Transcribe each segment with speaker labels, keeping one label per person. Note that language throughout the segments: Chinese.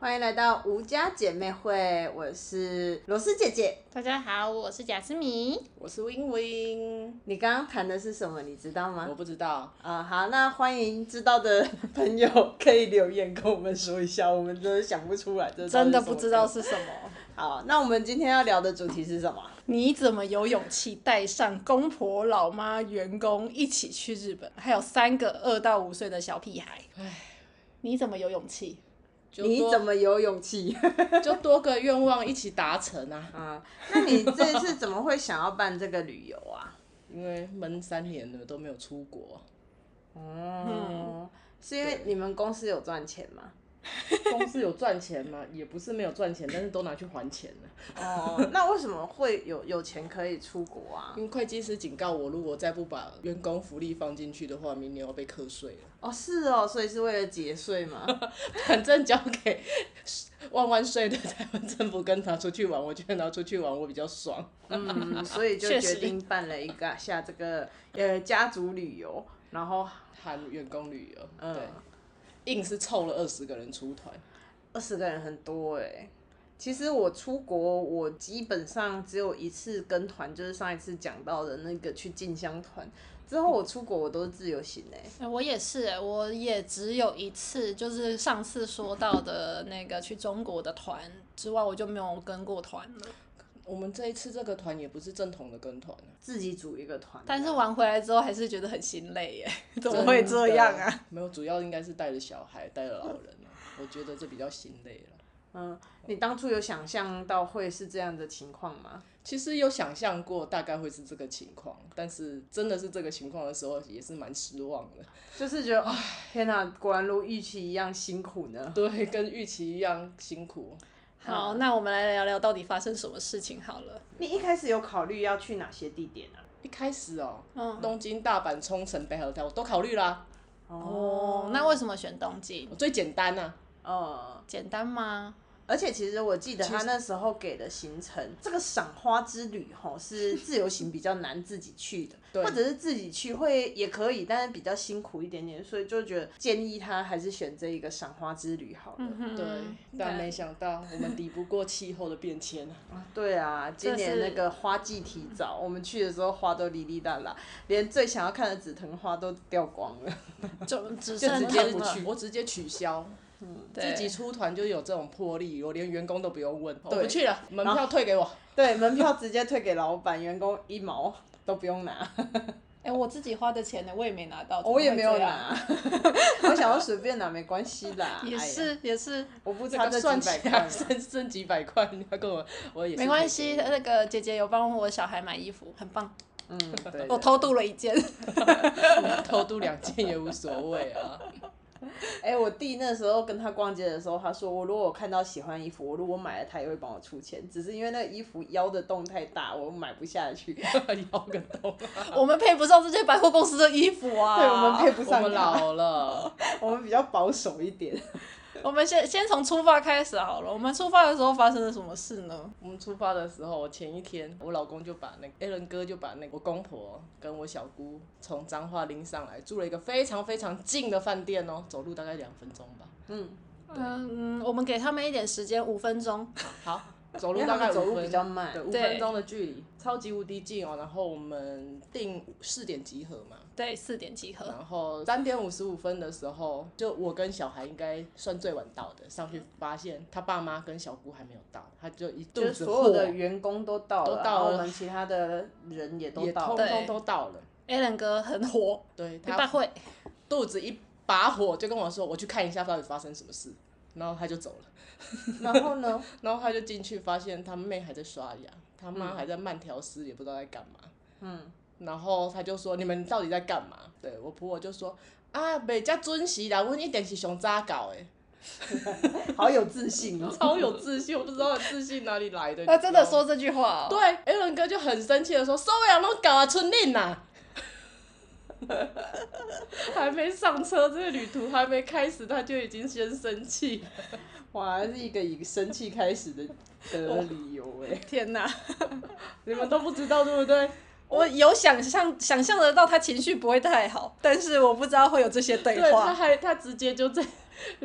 Speaker 1: 欢迎来到吴家姐妹会，我是罗斯姐姐。
Speaker 2: 大家好，我是贾思米。
Speaker 3: 我是 Win Win，
Speaker 1: 你刚刚谈的是什么？你知道
Speaker 3: 我
Speaker 1: 吗？
Speaker 3: 不知道，
Speaker 1: 啊、好，那欢迎知道的朋友可以留言跟我们说一下，我们真的想不出来，这到底是
Speaker 2: 真的
Speaker 1: 什
Speaker 2: 不
Speaker 1: 么
Speaker 2: 知道
Speaker 1: 歌。
Speaker 2: 是什么，
Speaker 1: 好，那我们今天要聊的主题是什么？
Speaker 2: 你怎么有勇气带上公婆、老妈、员工一起去日本，还有三个二到五岁的小屁孩？你怎么有勇气？
Speaker 3: 就
Speaker 1: 你
Speaker 3: 多
Speaker 1: 怎么有勇 气？
Speaker 3: 就多个愿望一起达成啊？
Speaker 1: 啊，那你这次怎么会想要办这个旅游 啊？
Speaker 3: 因为闷三年了都没有出国，
Speaker 1: 哦、是因为你们公司有赚钱吗？
Speaker 3: 公司有赚钱吗？ 也不是没有赚钱，但是都拿去还钱 了。
Speaker 1: 哦，那为什么会有有钱可以出国啊？
Speaker 3: 因为会计师警告我，如果再不把员工福利放进去的话，明年要被课税了。
Speaker 1: 哦，是哦，所以是为了节税嘛。
Speaker 3: 反正交给万万税的台湾政府跟拿出去玩，我觉得拿出去玩我比较爽。
Speaker 1: 嗯，所以就
Speaker 2: 确
Speaker 1: 决
Speaker 2: 实
Speaker 1: 定办了一个下这个呃家族旅游，然后
Speaker 3: 含员工旅游，
Speaker 1: 嗯
Speaker 3: 对，硬是凑了二十个人出团。
Speaker 1: 二十个人很多哎、其实我出国，我基本上只有一次跟团，就是上一次讲到的那个去进香团。之后我出国，我都是自由行哎、
Speaker 2: 哎我也是、哎我也只有一次，就是上次说到的那个去中国的团之外，我就没有跟过团了。
Speaker 3: 我们这一次这个团也不是正统的跟团啊，
Speaker 1: 自己组一个团。
Speaker 2: 但是玩回来之后，还是觉得很心累耶，怎么会这样啊？
Speaker 3: 真 的？没有，主要应该是带着小孩，带着老人啊、我觉得这比较心累了。
Speaker 1: 嗯，你当初有想象到会是这样的情况吗？
Speaker 3: 其实有想象过大概会是这个情况，但是真的是这个情况的时候，也是蛮失望的。
Speaker 1: 就是觉得，哦、天哪、果然如预期一样辛苦呢。
Speaker 3: 对，跟预期一样辛苦。
Speaker 2: 好，那我们来聊聊到底发生什么事情好了。
Speaker 1: 你一开始有考虑要去哪些地点啊？
Speaker 3: 一开始哦，
Speaker 2: 嗯
Speaker 3: 东京、大阪、冲绳、北海道我都考虑啦，
Speaker 2: 哦，那为什么选东京？
Speaker 3: 最简单啊。
Speaker 1: 呃，
Speaker 2: 简单吗？
Speaker 1: 而且其实我记得他那时候给的行程，这个赏花之旅吼是自由行比较难自己去 的，
Speaker 3: 对
Speaker 1: 或者是自己去会也可以，但是比较辛苦一点点，所以就觉得建议他还是选这一个赏花之旅好了。
Speaker 2: 嗯
Speaker 3: 对，但没想到我们抵不过气候的变迁啊。
Speaker 1: 对啊，今年那个花季提早，我们去的时候花都哩哩啦啦，连最想要看的紫藤花都掉光 了。
Speaker 2: 就只
Speaker 3: 就
Speaker 2: 剩
Speaker 3: 直接
Speaker 2: 藤
Speaker 3: 不
Speaker 2: 了
Speaker 3: 去，我直接取消。
Speaker 2: 对
Speaker 3: 自己出团就有这种魄力，我连员工都不用问，我
Speaker 1: 对
Speaker 3: 不去了，门票退给我。
Speaker 1: 对，门票直接退给老板，员工一毛都不用拿，
Speaker 2: 哎、我自己花的钱呢，我也没拿到，
Speaker 1: 我也没有
Speaker 2: 怎么会这样。
Speaker 1: 拿，哎 我想要随便拿没关系啦。
Speaker 2: 也
Speaker 1: 哎呀，
Speaker 2: 是也是，
Speaker 1: 我不
Speaker 3: 这
Speaker 1: 差
Speaker 3: 个
Speaker 1: 这
Speaker 3: 算
Speaker 1: 几
Speaker 3: 起
Speaker 1: 百块
Speaker 3: 来
Speaker 1: 嘛。
Speaker 3: 剩剩几百块，你要跟我，我也是
Speaker 2: 没关系。
Speaker 3: 退给你
Speaker 2: 那个姐姐有帮我小孩买衣服，很棒。
Speaker 1: 嗯，对。
Speaker 2: 我
Speaker 1: 对
Speaker 2: 偷渡了一 件，
Speaker 1: 呃
Speaker 3: 偷渡两件也无所谓啊。
Speaker 1: 哎、我弟那时候跟他逛街的时候，他说我如果有看到喜欢衣服，我如果买了，他也会帮我出钱，只是因为那个衣服腰的洞太大，我买不下去。
Speaker 3: 腰个洞，
Speaker 2: 我们配不上这些百货公司的衣服啊。
Speaker 1: 对，我们配不
Speaker 3: 我
Speaker 1: 上
Speaker 3: 们
Speaker 1: 他，
Speaker 3: 老了，
Speaker 1: 我们比较保守一点。
Speaker 2: 我们先先从出发开始好了。我们出发的时候发生了什么事呢？
Speaker 3: 我们出发的时候，我前一天我老公就把那个 a l 哥就把那个我公婆跟我小姑从彰化拎上来，住了一个非常非常近的饭店哦，走路大概两分钟吧。
Speaker 1: 嗯，
Speaker 2: 嗯，我们给他们一点时间，五分钟。
Speaker 3: 好，走路大概
Speaker 1: 因为他们走
Speaker 3: 五
Speaker 1: 路
Speaker 3: 分
Speaker 1: 比较慢
Speaker 3: 对，五
Speaker 2: 对
Speaker 3: 分钟的距离，超级无敌近哦。然后我们定四点集合嘛，
Speaker 2: 对，四点集
Speaker 1: 嗯
Speaker 2: 合。
Speaker 3: 然后三点五十五分的时候，就我跟小孩应该算最晚到的，上去发现他爸妈跟小姑还没有到，他就一肚
Speaker 1: 就是
Speaker 3: 子
Speaker 1: 所有的
Speaker 3: 火
Speaker 1: 员工都到
Speaker 3: 都
Speaker 1: 了，
Speaker 3: 到
Speaker 1: 然后我
Speaker 3: 了
Speaker 1: 们其他的人也都
Speaker 3: 也
Speaker 1: 到
Speaker 3: 通
Speaker 1: 了。
Speaker 3: 通都到了，
Speaker 2: Alan 哥很火，
Speaker 3: 对
Speaker 2: 被大
Speaker 3: 他
Speaker 2: 会。
Speaker 3: 肚子一把火，就跟我说我去看一下到底发生什么事，然后他就走了。
Speaker 1: 然后呢？
Speaker 3: 然后他就进去，发现他妹还在刷牙，他妈还在慢条斯理，也不知道在干嘛。嗯，然后他就说：“你们到底在干嘛？”对我婆婆就说：“啊，袂遮准时啦，阮一定是上早搞诶，
Speaker 1: 好有自信哦。
Speaker 3: 超有自信，我不知道自信哪里来的。”
Speaker 2: 他真的，说这句话、哦。
Speaker 3: 对，A 伦哥就很生气的说：“收养拢搞啊， 春令啦。”还没上车，这个旅途还没开始，他就已经先生气了
Speaker 1: 哇，是一个以生气开始的的理由哎。
Speaker 2: 天哪！
Speaker 3: 你们都不知道对不对？
Speaker 2: 我有想象想象得到他情绪不会太好，但是我不知道会有这些对
Speaker 3: 对，他
Speaker 2: 话。
Speaker 3: 还他直接就在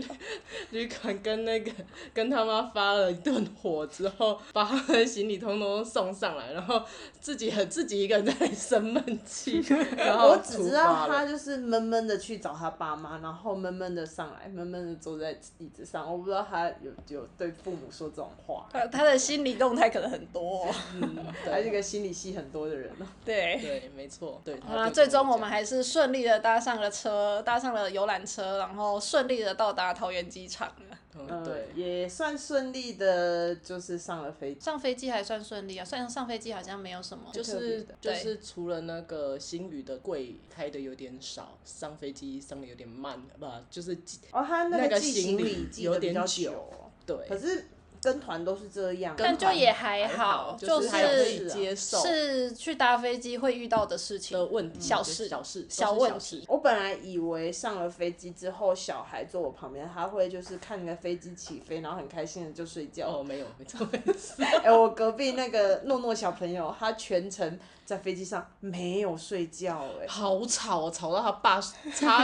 Speaker 3: 旅馆跟那个跟他妈发了一顿火之后，把他们的行李通通送上来，然后自己很自己一个人在那里生闷 气，然后
Speaker 1: 我只知
Speaker 3: 出发
Speaker 1: 道
Speaker 3: 了
Speaker 1: 他就是闷闷的去找他爸妈，然后闷闷的上来，闷闷的坐在椅子上。我不知道他有有对父母说这种话，
Speaker 2: 呃他他的心理动态可能很多、哦。
Speaker 3: 嗯，
Speaker 1: 他是
Speaker 3: 对
Speaker 1: 个心理戏很多的人哦。
Speaker 2: 对，
Speaker 3: 对，没错，对。他
Speaker 2: 好
Speaker 3: 就
Speaker 2: 啦，
Speaker 3: 跟
Speaker 2: 最终我
Speaker 3: 讲
Speaker 2: 们还是顺利的搭上了车，搭上了游览车，然后顺利的到达桃园机场了。
Speaker 3: 嗯
Speaker 1: 呃
Speaker 3: 对，，
Speaker 1: 也算顺利的，就是上了飞机。
Speaker 2: 上飞机还算顺利啊，虽然上飞机好像没有什么，
Speaker 3: 就
Speaker 1: 特别
Speaker 3: 是
Speaker 1: 的
Speaker 3: 就
Speaker 2: 对
Speaker 3: 是除了那个新宇的柜开的有点少，上飞机上的有点慢，不就是机
Speaker 1: 哦，他
Speaker 3: 那个
Speaker 1: 寄行
Speaker 3: 行李
Speaker 1: 寄
Speaker 3: 有
Speaker 1: 的比
Speaker 3: 点
Speaker 1: 较
Speaker 3: 久
Speaker 1: 哦
Speaker 3: 对，
Speaker 1: 可是跟团都是这样，
Speaker 2: 但就也还
Speaker 3: 还
Speaker 2: 好，
Speaker 3: 就
Speaker 2: 就是啊
Speaker 3: 还可以
Speaker 1: 是
Speaker 3: 接受
Speaker 2: 是去搭飞机会遇到的事情
Speaker 3: 的问题，
Speaker 2: 小
Speaker 3: 就是
Speaker 2: 事
Speaker 3: 小事、都
Speaker 2: 小
Speaker 3: 是
Speaker 2: 问
Speaker 3: 事
Speaker 2: 题。
Speaker 1: 我本来以为上了飞机之后，小孩坐我旁边，他会就是看着飞机起飞，然后很开心的就睡觉。
Speaker 3: 哦，没有，没错，没错
Speaker 1: 哎、我隔壁那个诺诺小朋友，他全程在飞机上没有睡觉、哎，
Speaker 3: 好吵哦，吵到他爸 差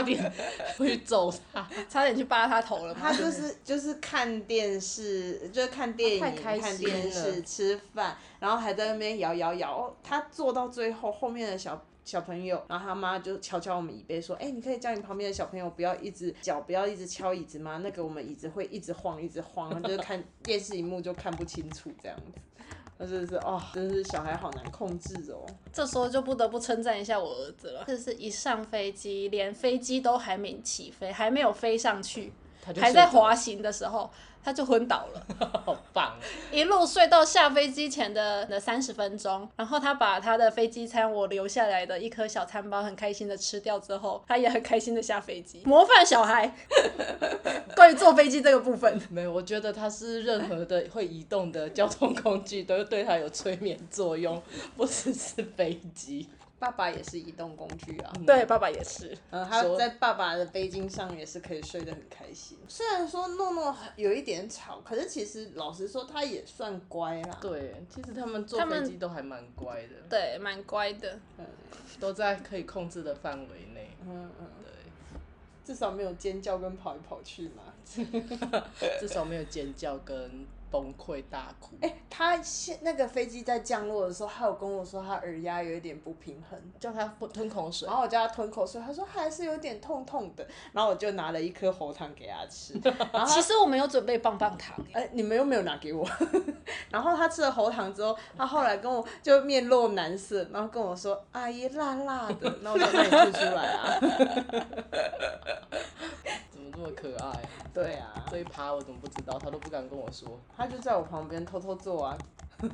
Speaker 3: 点会揍他，
Speaker 2: 差点去扒他头了嘛
Speaker 1: 他。就是就是看电视，就是看电影、
Speaker 3: 他太开
Speaker 1: 看
Speaker 3: 心
Speaker 1: 电视、
Speaker 3: 了
Speaker 1: 吃饭，然后还在那边摇摇摇。他坐到最后，后面的小。小朋友，然后他妈就敲敲我们椅背说：“哎、你可以叫你旁边的小朋友不要一直脚不要一直敲椅子吗？那个我们椅子会一直晃一直晃，就是看电视荧幕就看不清楚这样子。”那真的是哦，真是小孩好难控制哦。
Speaker 2: 这时候就不得不称赞一下我儿子了，就是一上飞机，连飞机都还没起飞，还没有飞上去，
Speaker 3: 他就
Speaker 2: 还在
Speaker 3: 睡着
Speaker 2: 滑行的时候，他就昏倒了，
Speaker 3: 了，好棒哦，
Speaker 2: 一路睡到下飞机前的的三十分钟。然后他把他的飞机餐我留下来的一颗小餐包很开心的吃掉之后，他也很开心的下飞机。模范小孩， 关于坐飞机这个部分，
Speaker 3: 没有，我觉得它是任何的会移动的交通工具都对它有催眠作用，不只是飞机。
Speaker 1: 爸爸也是移动工具啊，
Speaker 2: 对爸爸也是。
Speaker 1: 嗯，他
Speaker 3: 说
Speaker 1: 在爸爸的背巾上也是可以睡得很开心。虽然啊说诺诺有一点吵，可是其实老实说，他也算乖啦。
Speaker 3: 对，其实他们坐
Speaker 2: 他
Speaker 3: 飞
Speaker 2: 们
Speaker 3: 机都还蛮乖的，
Speaker 2: 对，蛮乖的。
Speaker 3: 都在可以控制的范围内。
Speaker 1: 嗯嗯，
Speaker 3: 对，
Speaker 1: 至少没有尖叫跟跑来跑去嘛。
Speaker 3: 至少没有尖叫跟崩溃大哭。
Speaker 1: 哎、他现那个飞机在降落的时候，他有跟我说他耳压有一点不平衡，
Speaker 3: 叫他吞口水
Speaker 1: 然，后我叫他吞口水，他说还是有点痛痛的，然后我就拿了一颗喉糖给他 吃，然后
Speaker 2: 其实我们有准备棒棒糖耶，
Speaker 1: 哎、你们又没有拿给我。 然后他吃了喉糖之后，他后来跟我就面露难色，然后跟我说：“阿姨辣辣的。” 那我就让你吐出来啊。
Speaker 3: 怎么这么可爱？
Speaker 1: 对啊，
Speaker 3: 这一趴我怎么不知道？他都不敢跟我说。
Speaker 1: 他就在我旁边偷偷做啊。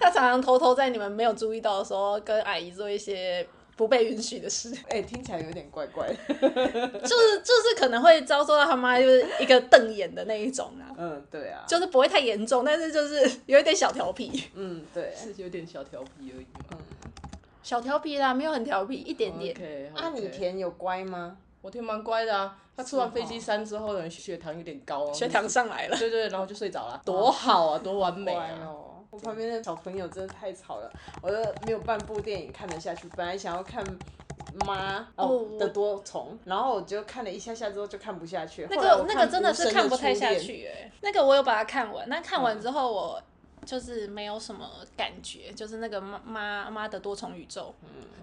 Speaker 2: 他常常偷偷在你们没有注意到的时候，跟阿姨做一些不被允许的事， 就
Speaker 1: 哎、听起来有点怪怪 的。
Speaker 2: 是就是可能会遭受到他妈就是一个瞪眼的那一种啊，
Speaker 1: 嗯，对啊。
Speaker 2: 就是不会太严重，但是就是有一点小调皮，
Speaker 1: 嗯，对。
Speaker 3: 是有点小调皮而已嘛。
Speaker 2: 小调皮啦，没有很调皮，一点点。
Speaker 3: OK，
Speaker 1: 啊，你
Speaker 3: 甜，
Speaker 1: 田有乖吗？
Speaker 3: 我甜蛮乖的啊。他吃完飞机
Speaker 1: 是哦
Speaker 3: 餐之后呢，血糖有点高啊。
Speaker 2: 血糖上来了，
Speaker 3: 对对，然后就睡着了，多好啊，多完美
Speaker 1: 哦乖
Speaker 3: 啊！
Speaker 1: 哦。我旁边的小朋友真的太吵了，我都没有半部电影看得下去。本来想要看妈哦
Speaker 2: 哦
Speaker 1: 的多重，然后我就看了一下下之后就看不下去。
Speaker 2: 那
Speaker 1: 后来我
Speaker 2: 个那个真的嗯
Speaker 1: 无
Speaker 2: 是
Speaker 1: 声
Speaker 2: 看不太
Speaker 1: 初
Speaker 2: 下
Speaker 1: 恋
Speaker 2: 去哎、那个我有把它看完，但看完之后我。就是没有什么感觉，就是那个妈妈妈的多重宇宙，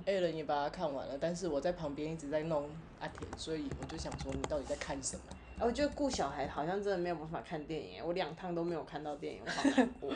Speaker 3: 艾伦也把它看完了，但是我在旁边一直在弄阿田，所以我就想说你到底在看什么？
Speaker 1: 哎我觉得顾小孩好像真的没有办法看电影耶，我两趟都没有看到电影，我好难过哦。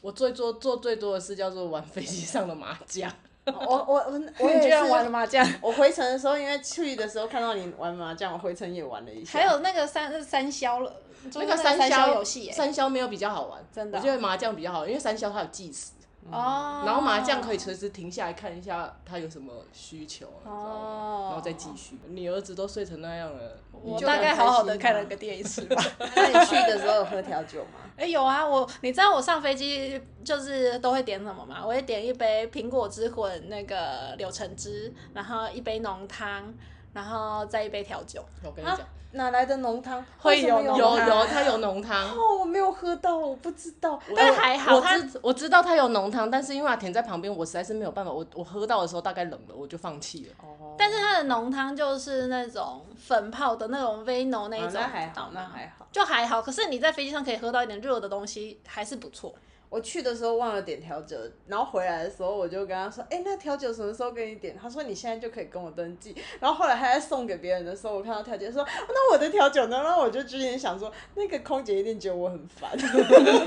Speaker 3: 我最多做最多的事叫做玩飞机上的麻 将，
Speaker 1: 哦我我我我
Speaker 2: 你
Speaker 1: 也
Speaker 2: 居然玩了
Speaker 1: 是，
Speaker 2: 麻 将，
Speaker 1: 我回程的时候，因为去的时候看到你玩麻将，我回程也玩了一下。
Speaker 2: 还有那个三三消了，就是
Speaker 3: 那
Speaker 2: 那
Speaker 3: 三
Speaker 2: 消游戏耶，
Speaker 3: 三消没有比较好玩，
Speaker 2: 真的
Speaker 3: 我觉得麻将比较好玩，因为三消它有计时，
Speaker 2: 哦，
Speaker 3: 嗯然后麻将可以随时停下来看一下他有什么需求，啊你知道吗？
Speaker 2: 哦
Speaker 3: 然后再继续。你儿子都睡成那样了，
Speaker 2: 我
Speaker 1: 就
Speaker 2: 大概
Speaker 1: 很
Speaker 2: 好好
Speaker 1: 开
Speaker 2: 的
Speaker 1: 心
Speaker 2: 看
Speaker 3: 啊
Speaker 2: 了
Speaker 1: 嘛
Speaker 2: 个电影是吧？
Speaker 1: 那你去的时候有喝调酒吗？
Speaker 2: 哎、有啊，我你知道我上飞机就是都会点什么吗？我会点一杯苹果之魂那个柳橙汁，然后一杯浓汤，然后再一杯调酒。
Speaker 3: 我跟你讲，
Speaker 1: 哪来的浓汤？
Speaker 2: 会
Speaker 1: 为什么
Speaker 2: 有
Speaker 1: 有
Speaker 3: 有
Speaker 1: 浓汤
Speaker 3: 有，它有浓汤。
Speaker 1: 哦，我没有喝到，我不知道。
Speaker 2: 但还哎好，
Speaker 3: 我
Speaker 2: 它
Speaker 3: 知我知道它有浓汤，但是因为阿田在旁边，我实在是没有办法。我我喝到的时候大概冷了，我就放弃了。
Speaker 1: 哦，
Speaker 2: 但是它的浓汤就是那种粉泡的那种 vino 那一
Speaker 1: 啊
Speaker 3: 哦
Speaker 2: 种，
Speaker 1: 那还好，
Speaker 2: 懂吗
Speaker 1: 那还好。
Speaker 2: 就还好。可是你在飞机上可以喝到一点热的东西，还是不错。
Speaker 1: 我去的时候忘了点调酒，然后回来的时候我就跟他说：“哎、那调酒什么时候给你点？”他说：“你现在就可以跟我登记。”然后后来他在送给别人的时候，我看到调酒说：“哦那我的调酒呢？”然后我就之前想说，那个空姐一定觉得我很烦。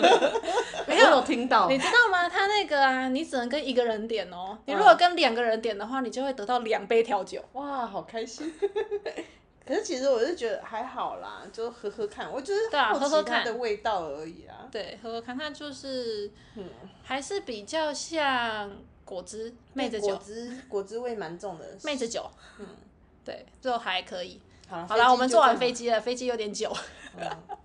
Speaker 3: 没有有听到
Speaker 2: 你知道吗？它那个啊，你只能跟一个人点哦。你如
Speaker 3: 嗯
Speaker 2: 果跟两个人点的话，你就会得到两杯调酒。
Speaker 1: 哇，好开心！可是其实我是觉得还好啦，就喝喝看，我就是
Speaker 2: 对啊
Speaker 1: 好
Speaker 2: 喝
Speaker 1: 奇
Speaker 2: 喝
Speaker 1: 它
Speaker 2: 看
Speaker 1: 的味道而已啊。
Speaker 2: 对，喝喝看，它就是，还是比较像果汁、妹子
Speaker 1: 果
Speaker 2: 酒、
Speaker 1: 汁果汁味蛮重的。
Speaker 2: 妹子酒。嗯，对，就还可以。
Speaker 1: 好了，
Speaker 2: 好啦，我们坐完
Speaker 1: 飞
Speaker 2: 飞
Speaker 1: 机
Speaker 2: 机了，飞机有点久。
Speaker 1: 就这 样嗯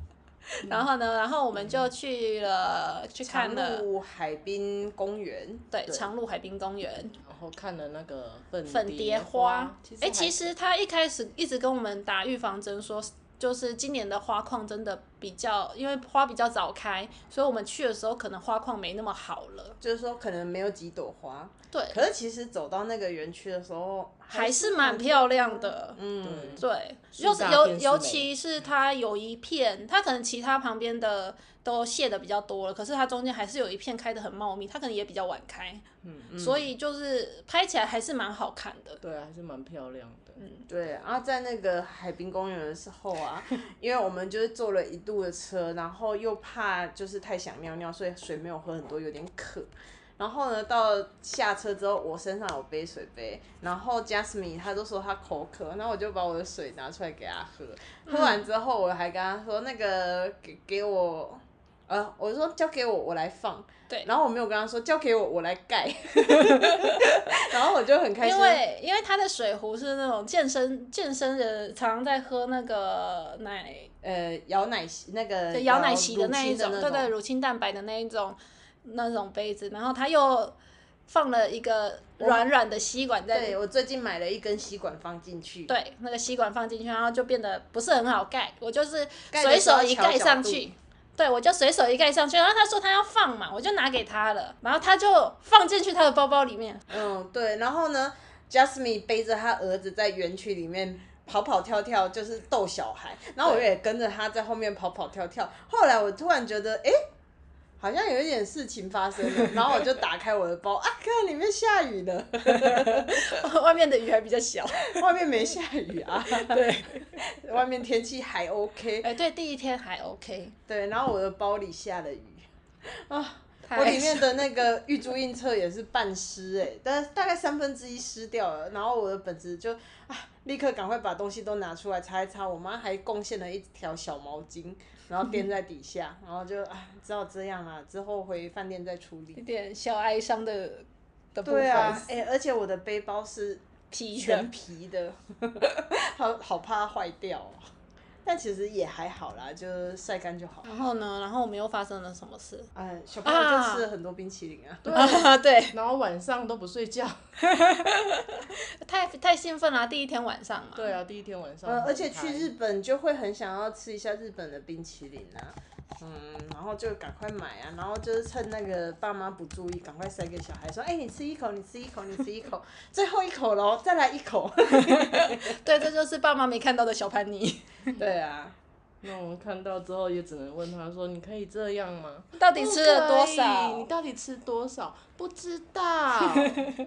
Speaker 2: 然后呢，然后我们就去了，去
Speaker 1: 长
Speaker 2: 看了。
Speaker 1: 鹿海滨公园。
Speaker 2: 对，
Speaker 3: 对
Speaker 2: 长鹿海滨公园
Speaker 3: 然后看了那个粉
Speaker 2: 粉蝶花。
Speaker 3: 其实
Speaker 2: 哎、
Speaker 3: 还
Speaker 2: 其实他一开始一直跟我们打预防针，说就是今年的花况真的比较，因为花比较早开，所以我们去的时候可能花况没那么好了。
Speaker 1: 就是说，可能没有几朵花，
Speaker 2: 对，
Speaker 1: 可是其实走到那个园区的时候，
Speaker 2: 还是蛮漂亮的。
Speaker 1: 嗯，
Speaker 2: 对，
Speaker 3: 树
Speaker 2: 就是
Speaker 3: 大
Speaker 2: 尤
Speaker 3: 便是
Speaker 2: 尤
Speaker 3: 美
Speaker 2: 其是它有一片，它可能其他旁边的都谢的比较多了，可是它中间还是有一片开的很茂密，它可能也比较晚开，嗯，所以就是拍起来还是蛮好看的。
Speaker 3: 对，啊还是蛮漂亮的。
Speaker 1: 对。然后在那个海滨公园的时候 啊，因为我们就是坐了一路的车，然后又怕就是太想尿尿，所以水没有喝很多，有点渴。然后呢，到下车之后，我身上有杯水杯，然后 Jasmine 她就说她口渴，那我就把我的水拿出来给她喝。
Speaker 2: 嗯
Speaker 1: 喝完之后，我还跟她说那个给给我，呃，我说交给我，我来放。
Speaker 2: 对
Speaker 1: 然后我没有跟她说交给我，我来 盖。然后我就很开心，啊
Speaker 2: 因为因为它的水壶是那种健身健身人常常在喝那个奶
Speaker 1: 呃，摇奶昔那个
Speaker 2: 对摇奶
Speaker 1: 呃乳
Speaker 2: 昔的那一
Speaker 1: 清的
Speaker 2: 种，对对，乳清蛋白的那一种那种杯子，然后它又放了一个软软的吸管在里
Speaker 1: 对我最近买了一根吸管放进去，
Speaker 2: 对，那个吸管放进去，然后就变得不是很好盖。我就是
Speaker 1: 盖
Speaker 2: 随
Speaker 1: 的时候
Speaker 2: 手一
Speaker 1: 调
Speaker 2: 盖
Speaker 1: 角
Speaker 2: 上
Speaker 1: 度
Speaker 2: 去，对我就随手一盖上去。然后他说他要放嘛，我就拿给他了，然后他就放进去他的包包里面。
Speaker 1: 嗯，对，然后呢，Jasmine 背着他儿子在园区里面跑跑跳跳，就是逗小孩，然后我也跟着他在后面跑跑跳跳。后来我突然觉得，哎、好像有一点事情发生了，然后我就打开我的包啊，看里面下雨了，
Speaker 2: 外面的雨还比较小。
Speaker 1: 外面没下雨啊，对， 外面天气还 OK，
Speaker 2: 哎，对，第一天还 OK，
Speaker 1: 对，然后我的包里下了雨啊。
Speaker 2: 太
Speaker 1: 我里面的那个玉珠印册也是半湿哎、但大概三分之一湿掉了。然后我的本子就啊，立刻赶快把东西都拿出来擦一擦。我妈还贡献了一条小毛巾，然后垫在底下，然后就啊，只好这样啦。之后回饭店再处
Speaker 2: 一
Speaker 1: 理。
Speaker 2: 点小哀伤的的部分。
Speaker 1: 对啊，哎、而且我的背包是
Speaker 2: 皮的
Speaker 1: 全 皮的， 好好怕它坏掉、哦。但其实也还好啦，就是晒干就好。
Speaker 2: 然后呢，然后我们又发生了什么事？
Speaker 1: 哎、小朋友就吃了很多冰淇淋啊
Speaker 3: 对，
Speaker 2: 啊， 对，
Speaker 3: 然后晚上都不睡觉。
Speaker 2: 太太兴奋啦！第一天晚上嘛，
Speaker 3: 对啊，第一天晚上很
Speaker 1: 呃，
Speaker 3: 嗨。
Speaker 1: 而且去日本就会很想要吃一下日本的冰淇淋啊，嗯，然后就赶快买啊，然后就是趁那个爸妈不注意，赶快塞给小孩说，哎、你吃一口，你吃一口，你吃一口，最后一口喽，再来一口。
Speaker 2: 对，这就是爸妈没看到的小叛逆。
Speaker 1: 对啊，
Speaker 3: 那我们看到之后也只能问他说：“你可以这样吗？
Speaker 2: 到底吃了多
Speaker 3: 不可以你
Speaker 2: 少？
Speaker 3: 到底吃多少？不知 道。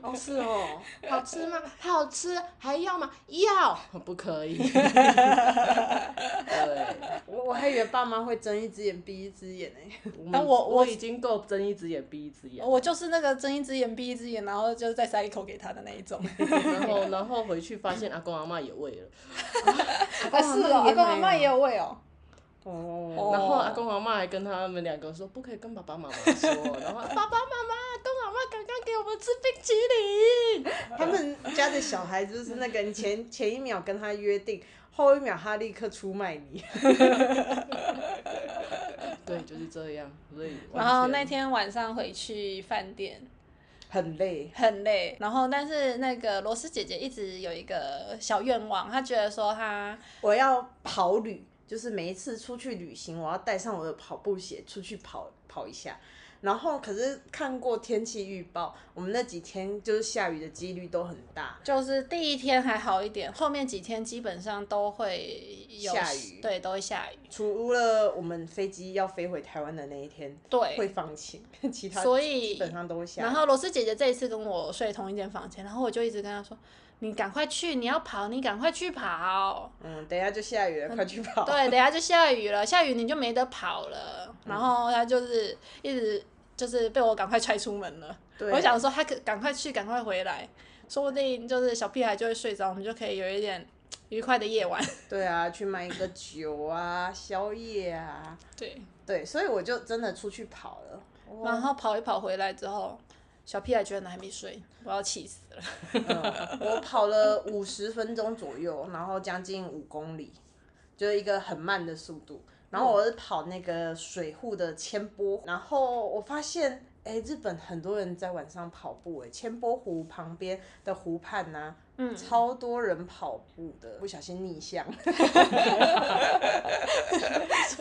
Speaker 1: 哦是哦，
Speaker 3: 好吃吗？好吃。还要吗？要。不可 以。对，
Speaker 1: 我我还以为爸妈会睁一只眼闭一只眼呢、
Speaker 3: 我
Speaker 2: 那
Speaker 3: 们
Speaker 2: 我我哦
Speaker 3: 我已经够睁一只眼闭一只眼了。
Speaker 2: 我就是那个睁一只眼闭一只眼，然后就是再塞一口给他的那一 种。
Speaker 3: 然后然后回去发现阿公阿妈也喂了，
Speaker 2: 啊，是哦，阿公阿妈也有喂哦。
Speaker 1: 哦，
Speaker 2: 哦
Speaker 3: 然后阿公阿妈还跟他们两个说不可以跟爸爸妈妈说，然后爸爸妈妈、阿公阿妈刚刚给我们吃冰淇淋，
Speaker 1: 他们家的小孩就是那个，你前前一秒跟他约定，后一秒他立刻出卖你。
Speaker 3: 对，就是这样，所以
Speaker 2: 然后那
Speaker 3: 天
Speaker 2: 天晚上回去饭店，
Speaker 1: 很累，
Speaker 2: 很累。然后，但是那个罗斯姐姐一直有一个小愿望，她觉得说她
Speaker 1: 我要跑旅，就是每一次出去旅行，我要带上我的跑步鞋出去跑跑一下。然后可是看过天气预报，我们那几天就是下雨的几率都很大。
Speaker 2: 就是第一天还好一点，后面几天基本上都会有
Speaker 1: 下雨
Speaker 2: 对，都会下雨，
Speaker 1: 除了我们飞机要飞回台湾的那一天会
Speaker 2: 对。
Speaker 1: 放晴， 其他
Speaker 2: 所
Speaker 1: 基
Speaker 2: 以，
Speaker 1: 本上都会下雨。
Speaker 2: 然后罗斯姐姐这一次跟我睡同一间房间，然后我就一直跟她说：“你赶快去，你要跑，你赶快去跑。”
Speaker 1: 嗯，等一下就下雨了，快去跑。
Speaker 2: 对，等一下就下雨了，下雨你就没得跑了。然后他就是一直就是被我赶快踹出门了。
Speaker 1: 对，
Speaker 2: 我想说他可赶快去，赶快回来，说不定就是小屁孩就会睡着，我们就可以有一点愉快的夜晚。
Speaker 1: 对啊，去买一个酒啊，宵夜啊，
Speaker 2: 对，
Speaker 1: 对，所以我就真的出去跑了。我
Speaker 2: 然后跑一跑回来之后，小屁孩居然还没睡，我要气死了。
Speaker 1: 嗯我跑了五十分钟左右，然后将近五公里，就是一个很慢的速度。然后我是跑那个水户的千波，然后我发现，哎，日本很多人在晚上跑步，哎，千波湖旁边的湖畔呐、
Speaker 2: 嗯，
Speaker 1: 超多人跑步的，不小心逆向，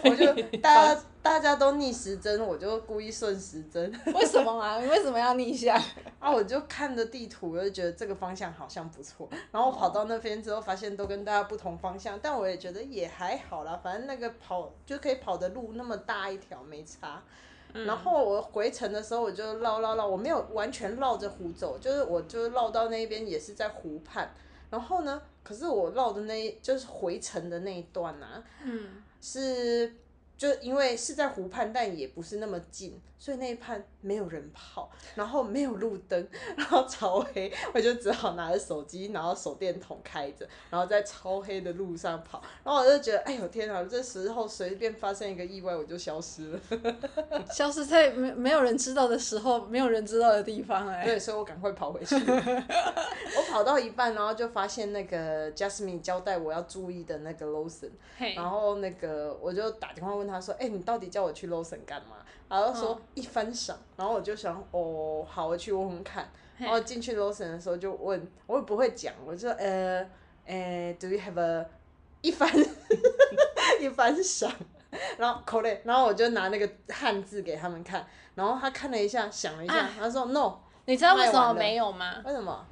Speaker 1: 我就大家大家都逆时针，我就故意顺时针，
Speaker 2: 为什么啊？你为什么要逆向？
Speaker 1: 啊，我就看着地图，我就觉得这个方向好像不错。然后我跑到那边之后，发现都跟大家不同方向，但我也觉得也还好啦，反正那个跑就可以跑的路那么大一条，没差。然后我回程的时候，我就绕绕绕，我没有完全绕着湖走，就是我就绕到那边也是在湖畔。然后呢，可是我绕的那一就是回程的那一段啊，
Speaker 2: 嗯，
Speaker 1: 是就因为是在湖畔，但也不是那么近，所以那一畔没有人跑，然后没有路灯，然后超黑，我就只好拿着手机，然后手电筒开着，然后在超黑的路上跑，然后我就觉得，哎呦天啊，这时候随便发生一个意外，我就消失了。
Speaker 2: 消失在没没有人知道的时候，没有人知道的地方哎、
Speaker 1: 对，所以我赶快跑回去。我跑到一半，然后就发现那个 Jasmine 交代我要注意的那个 lotion，
Speaker 2: 嘿，
Speaker 1: 然后那个我就打电话问他说：“哎、你到底叫我去 Lawson 干嘛？”然后说、一番赏，然后我就想哦，好，我去问问看。
Speaker 2: 嘿
Speaker 1: 然后进去 Lawson 的时候就问，我也不会讲，我就呃呃，Do you have a 一番 一番赏？然后口令，然后我就拿那个汉字给他们看，然后他看了一下，想了一下，
Speaker 2: 啊
Speaker 1: 他说 No，
Speaker 2: 你知道为
Speaker 1: 卖
Speaker 2: 什么
Speaker 1: 完了
Speaker 2: 没有吗？
Speaker 1: 为什么？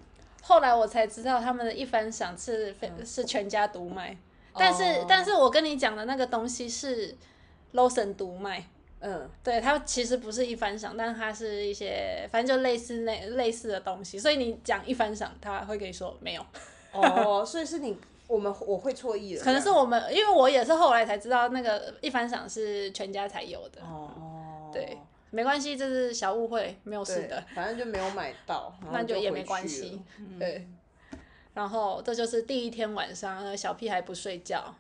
Speaker 2: 后来我才知道他们的一番赏是非是全家独卖，但是、
Speaker 1: 哦
Speaker 2: 但是我跟你讲的那个东西是 Lawson 独卖，
Speaker 1: 嗯，
Speaker 2: 对，它其实不是一番赏，但它是一些反正就类似类类似的东西，所以你讲一番赏，他会跟你说没有，
Speaker 1: 哦，所以是你我们我会错意了，
Speaker 2: 可能是我们，因为我也是后来才知道那个一番赏是全家才有的，
Speaker 1: 哦，
Speaker 2: 对，没关系，这是小误会，没有事
Speaker 1: 对
Speaker 2: 的，，
Speaker 1: 反正就没有买到，然后
Speaker 2: 那
Speaker 1: 就
Speaker 2: 也
Speaker 1: 回
Speaker 2: 没关
Speaker 1: 去
Speaker 2: 系
Speaker 1: 了。，嗯
Speaker 2: 对。然后这就是第一天晚上，那个小屁孩不睡觉，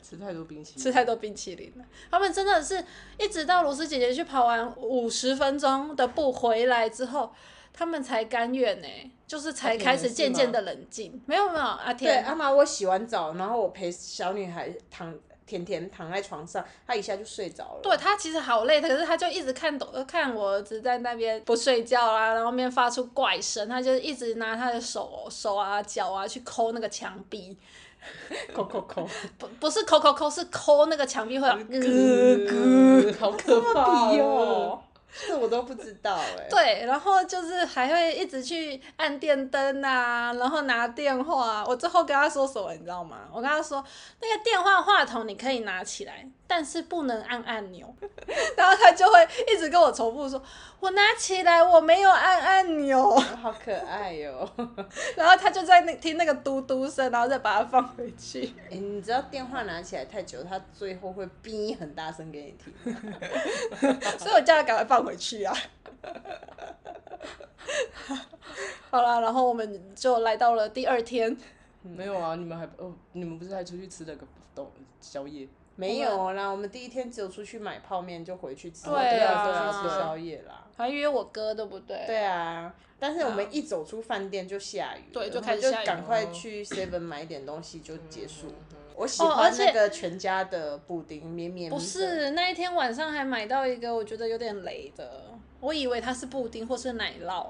Speaker 3: 吃太多冰淇淋，
Speaker 2: 吃太多冰淇淋了。他们真的是一直到罗斯姐姐去跑完五十分钟的步回来之后，他们才甘愿呢、就是才开始渐渐的冷静。没有没有，阿
Speaker 1: 对，
Speaker 2: 天，
Speaker 1: 阿妈，我洗完澡，然后我陪小女孩躺甜甜躺在床上，她一下就睡着了。
Speaker 2: 对他其实好累，可是他就一直看抖，看我儿子在那边不睡觉啊，然后那边发出怪声，他就一直拿他的手手啊脚啊去抠那个墙壁，
Speaker 1: 扣扣扣，
Speaker 2: 不不是抠抠抠，是抠那个墙壁会有咯咯
Speaker 3: 咕，呃好可怕
Speaker 1: 哎
Speaker 3: 哦！
Speaker 1: 呦，这我都不知道哎、
Speaker 2: 对，然后就是还会一直去按电灯啊，然后拿电话啊、我最后跟他说什么，你知道吗？我跟他说，那个电话话筒你可以拿起来，但是不能按按钮。 然后他就会一直跟我重复说，我拿起来，我没有按按钮。
Speaker 1: 好可爱哦 哟、
Speaker 2: 然后他就在那听那个嘟嘟声，然后再把它放回去。
Speaker 1: 哎、你知道电话拿起来太久，它最后会哔很大声给你听。
Speaker 2: 所以我叫他赶快放回去啊。 好啦，然后我们就来到了第二天。
Speaker 3: 没有啊，你们还哦，你们不是还出去吃了个东宵夜？
Speaker 1: 没有啦，我们第一天只有出去买泡面就回去吃，
Speaker 2: 对啊
Speaker 1: 第二天就吃宵夜啦。
Speaker 2: 还约我哥，对不对？
Speaker 1: 对啊，但是我们一走出饭店就下雨了，
Speaker 2: 对就
Speaker 1: 我们
Speaker 2: 开始
Speaker 1: 就
Speaker 2: 下雨
Speaker 1: 赶
Speaker 2: 了
Speaker 1: 快去 Seven 买一点东西就结束。我喜
Speaker 2: 哦而
Speaker 1: 欢
Speaker 2: 且
Speaker 1: 那个全家的布丁，绵绵
Speaker 2: 不
Speaker 1: 密的，
Speaker 2: 是那一天晚上还买到一个我觉得有点雷的，我以为它是布丁或是奶酪，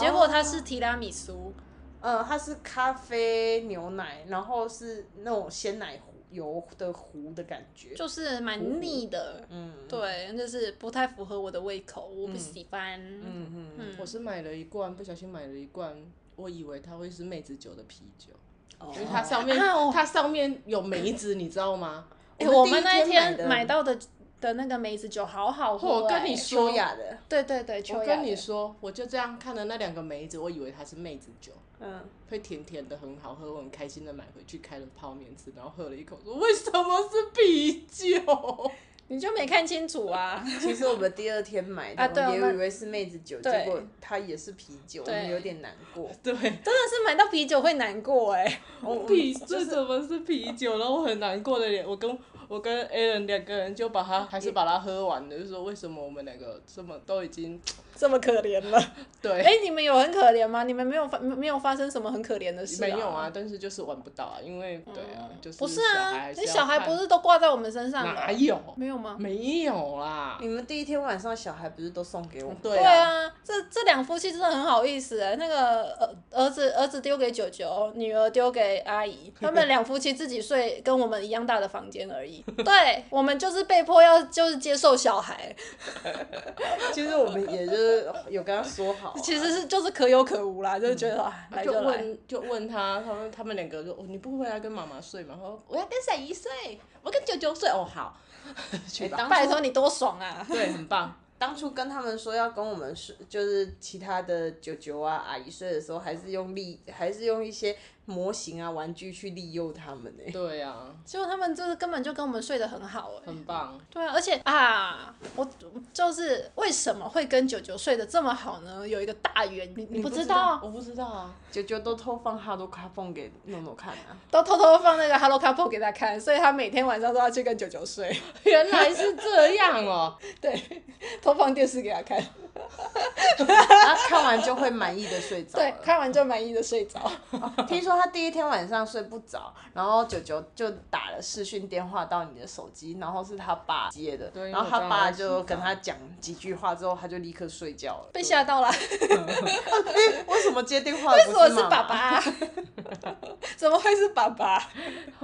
Speaker 2: 结果它是提拉米苏，
Speaker 1: 呃，它是咖啡牛奶，然后是那种鲜奶糊油的糊的感觉。
Speaker 2: 就是蛮腻的，
Speaker 1: 嗯
Speaker 2: 对，就是不太符合我的胃口，我不喜欢。嗯
Speaker 1: 嗯嗯，
Speaker 2: 嗯
Speaker 3: 我是买了一罐，不小心买了一罐，我以为它会是妹子酒的啤酒，
Speaker 1: 哦
Speaker 3: 因为它上面、
Speaker 2: 啊我
Speaker 3: 它上面有梅子，你知道吗？
Speaker 2: 哎，我
Speaker 1: 我们
Speaker 2: 们那
Speaker 1: 第
Speaker 2: 一
Speaker 1: 一天买的
Speaker 2: 天买到的的那个梅子酒好好喝，
Speaker 3: 我跟你
Speaker 2: 哎
Speaker 3: 说
Speaker 1: 秋，雅的，
Speaker 2: 对对对，秋
Speaker 3: 我
Speaker 2: 雅
Speaker 3: 跟
Speaker 2: 的
Speaker 3: 你说，我就这样看了那两个梅子，我以为它是妹子酒，
Speaker 1: 嗯，
Speaker 3: 会甜甜的，很好喝，我很开心的买回去开了泡面吃，然后喝了一口，说为什么是啤酒？
Speaker 2: 你就没看清楚啊。
Speaker 1: 其实我们第二天买的，
Speaker 2: 啊对
Speaker 1: 我们
Speaker 2: 我
Speaker 1: 也
Speaker 2: 们
Speaker 1: 以为是妹子酒，
Speaker 2: 对
Speaker 1: 结果它也是啤酒，我
Speaker 2: 对
Speaker 1: 们有点难过。 哦
Speaker 3: 对，
Speaker 2: 真的是买到啤酒会难过哎、
Speaker 1: 我
Speaker 3: 啤这怎么是啤酒？然后我很难过的脸，我跟我跟 Alan 两个人就把它还是把它喝完了，就说为什么我们两个这么都已经
Speaker 2: 这么可怜了。
Speaker 3: 对。
Speaker 2: 哎、你们有很可怜吗？你们没有发没有发生什么很可怜的事、
Speaker 3: 没有啊，，但是就是玩不到啊，因为对啊，就是
Speaker 2: 不是
Speaker 3: 小孩
Speaker 2: 啊，
Speaker 3: 还
Speaker 2: 你
Speaker 3: 要
Speaker 2: 小孩
Speaker 3: 看
Speaker 2: 不是都挂在我们身上
Speaker 3: 哪嗯
Speaker 2: 了？
Speaker 3: 有
Speaker 2: 没有吗？
Speaker 3: 啊没有啦，
Speaker 1: 你们第一天晚上小孩不是都送给我们？
Speaker 3: 对啊，
Speaker 2: 啊，这这两夫妻真的很好意思哎、那个儿儿子儿子丢给九九，女儿丢给阿 姨，他们两夫妻自己睡跟我们一样大的房间而已。对，我们就是被迫要就是接受小孩，
Speaker 1: 其实我们也就是有跟他说好啊，
Speaker 2: 其实是就是可有可无
Speaker 3: 嗯
Speaker 2: 啦，就是觉得哎、来
Speaker 3: 就
Speaker 2: 来。
Speaker 3: 问就问他，他们他们两个就、哦、你不回来跟妈妈睡吗？他说我要跟谁一睡，我跟九九睡哦好，去
Speaker 1: 哎
Speaker 3: 吧，
Speaker 1: 当
Speaker 2: 拜
Speaker 1: 初
Speaker 2: 托你多爽啊！
Speaker 3: 对，很棒。
Speaker 1: 当初跟他们说要跟我们睡，就是其他的舅舅啊、阿姨睡的时候，还是用利，还是用一些模型啊、玩具去利诱他们呢、欸
Speaker 3: 对啊，
Speaker 2: 结果他们就是根本就跟我们睡得很好哎、
Speaker 3: 很棒。
Speaker 2: 对啊，而且啊，我就是为什么会跟九九睡得这么好呢？有一个大原因，你不知道？
Speaker 3: 我不知道啊。
Speaker 1: 舅舅都偷放哈罗卡缝给诺诺看啊，
Speaker 2: 都偷偷放那个 Hello Couple 给他看，所以他每天晚上都要去跟九九睡，
Speaker 3: 原来是这样 哦、
Speaker 2: 对，偷放电视给他看，
Speaker 1: 他看完就会满意的睡着
Speaker 2: 对，
Speaker 1: 了。
Speaker 2: 看完就满意的睡着。
Speaker 1: 听说他第一天晚上睡不着，然后舅舅就打了视讯电话到你的手机，然后是他爸接的，
Speaker 3: 对
Speaker 1: 然后
Speaker 3: 因为我
Speaker 1: 他
Speaker 3: 刚
Speaker 1: 爸
Speaker 3: 好洗
Speaker 1: 就
Speaker 3: 澡
Speaker 1: 跟他讲几句话之后，他就立刻睡觉了。
Speaker 2: 被吓 到了，
Speaker 1: 哎 为什么接电话的
Speaker 2: 为
Speaker 1: 不
Speaker 2: 什
Speaker 1: 是
Speaker 2: 么是
Speaker 1: 妈妈
Speaker 2: 爸爸啊？怎么会是爸爸？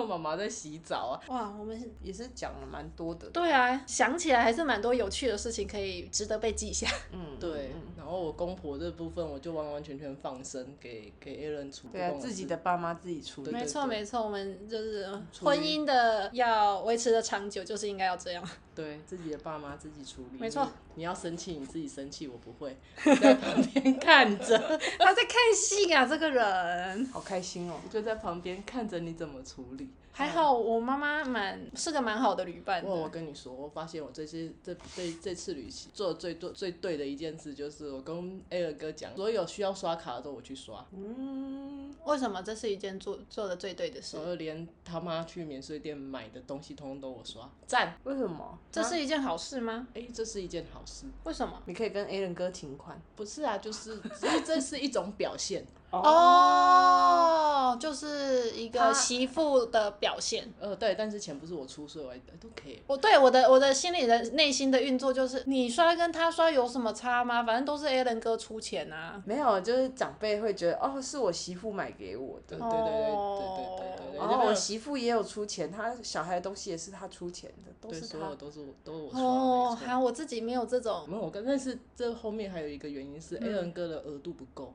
Speaker 3: 妈妈在洗澡啊，
Speaker 2: 哇，我们是
Speaker 1: 也是讲了蛮多的。
Speaker 2: 对啊，想起来还是蛮多有趣的事情可以值得被记一下。
Speaker 1: 嗯，
Speaker 3: 对
Speaker 1: 嗯。
Speaker 3: 然后我公婆这部分我就完完全全放生给给 Aaron 处理。
Speaker 1: 对啊，自己的爸妈自己处理
Speaker 3: 对。
Speaker 2: 没错，
Speaker 3: 对
Speaker 2: 没错，我们就是呃
Speaker 3: 处于
Speaker 2: 婚姻的要维持的长久，就是应该要这样。
Speaker 3: 对自己的爸妈自己处理。
Speaker 2: 没错
Speaker 3: 你，你要生气你自己生气，我不会在 旁边看着，
Speaker 2: 他在看戏啊，这个人
Speaker 1: 好开心哦！
Speaker 3: 我就在旁边看着你怎么处理。
Speaker 2: 还好，我妈妈蛮是个蛮好的旅伴
Speaker 3: 哇，我
Speaker 2: 的。
Speaker 3: 跟你说，我发现我这次这这这次旅行做的最对最对的一件事，就是我跟 A 尔哥讲，所有需要刷卡的都我去刷，
Speaker 1: 嗯，
Speaker 2: 为什么这是一件做做的最对的事
Speaker 3: 所？有连他妈去免税店买的东西，通通都我刷，赞！
Speaker 1: 为什么？
Speaker 2: 这
Speaker 1: 啊
Speaker 2: 是一件好事吗？
Speaker 3: 哎、这是一件好事，
Speaker 2: 为什么？
Speaker 1: 你可以跟 Alan 哥请款
Speaker 3: 不是啊，就是这这是一种表现，
Speaker 2: 哦，就是一
Speaker 1: 他
Speaker 2: 个媳妇的表现。
Speaker 3: 呃，对，但是钱不是我出，所以我还都可以。
Speaker 2: 我对我的我的心里的内心的运作就是，你刷跟他刷有什么差吗？反正都是 Alan 哥出钱啊。
Speaker 1: 没有，就是长辈会觉得哦，是我媳妇买给我
Speaker 3: 对
Speaker 1: 的，
Speaker 3: 对对对对对对对，
Speaker 1: 然
Speaker 3: 就没
Speaker 1: 后
Speaker 3: 有
Speaker 1: 我媳妇也有出钱，她小孩的东西也是她出钱的，都
Speaker 3: 对，
Speaker 1: 是
Speaker 3: 所
Speaker 1: 她
Speaker 3: 有。都是我都我刷，
Speaker 2: 哦，
Speaker 3: 没错
Speaker 2: 好，我自己没有这种
Speaker 3: 没有，我跟但是这后面还有一个原因
Speaker 1: 嗯
Speaker 3: 是 A 伦哥的额度不够，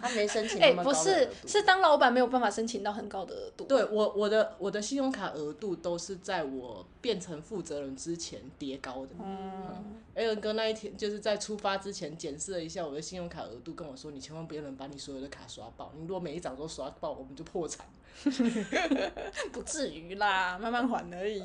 Speaker 1: 她没申请
Speaker 2: 哎、
Speaker 1: 那么
Speaker 2: 不
Speaker 1: 高的
Speaker 2: 是
Speaker 1: 额，度
Speaker 2: 是当老板没有办法申请到很高的额度。
Speaker 3: 对我我的我的信用卡额度都是在我变成负责人之前叠高的。
Speaker 2: 嗯，
Speaker 3: A 伦哥那一天就是在出发之前检视了一下我的信用卡额度，跟我说：“你千万不要能把你所有的卡刷爆，你如果每一张都刷爆，我们就破产。
Speaker 2: 不至于啦，慢慢还而已。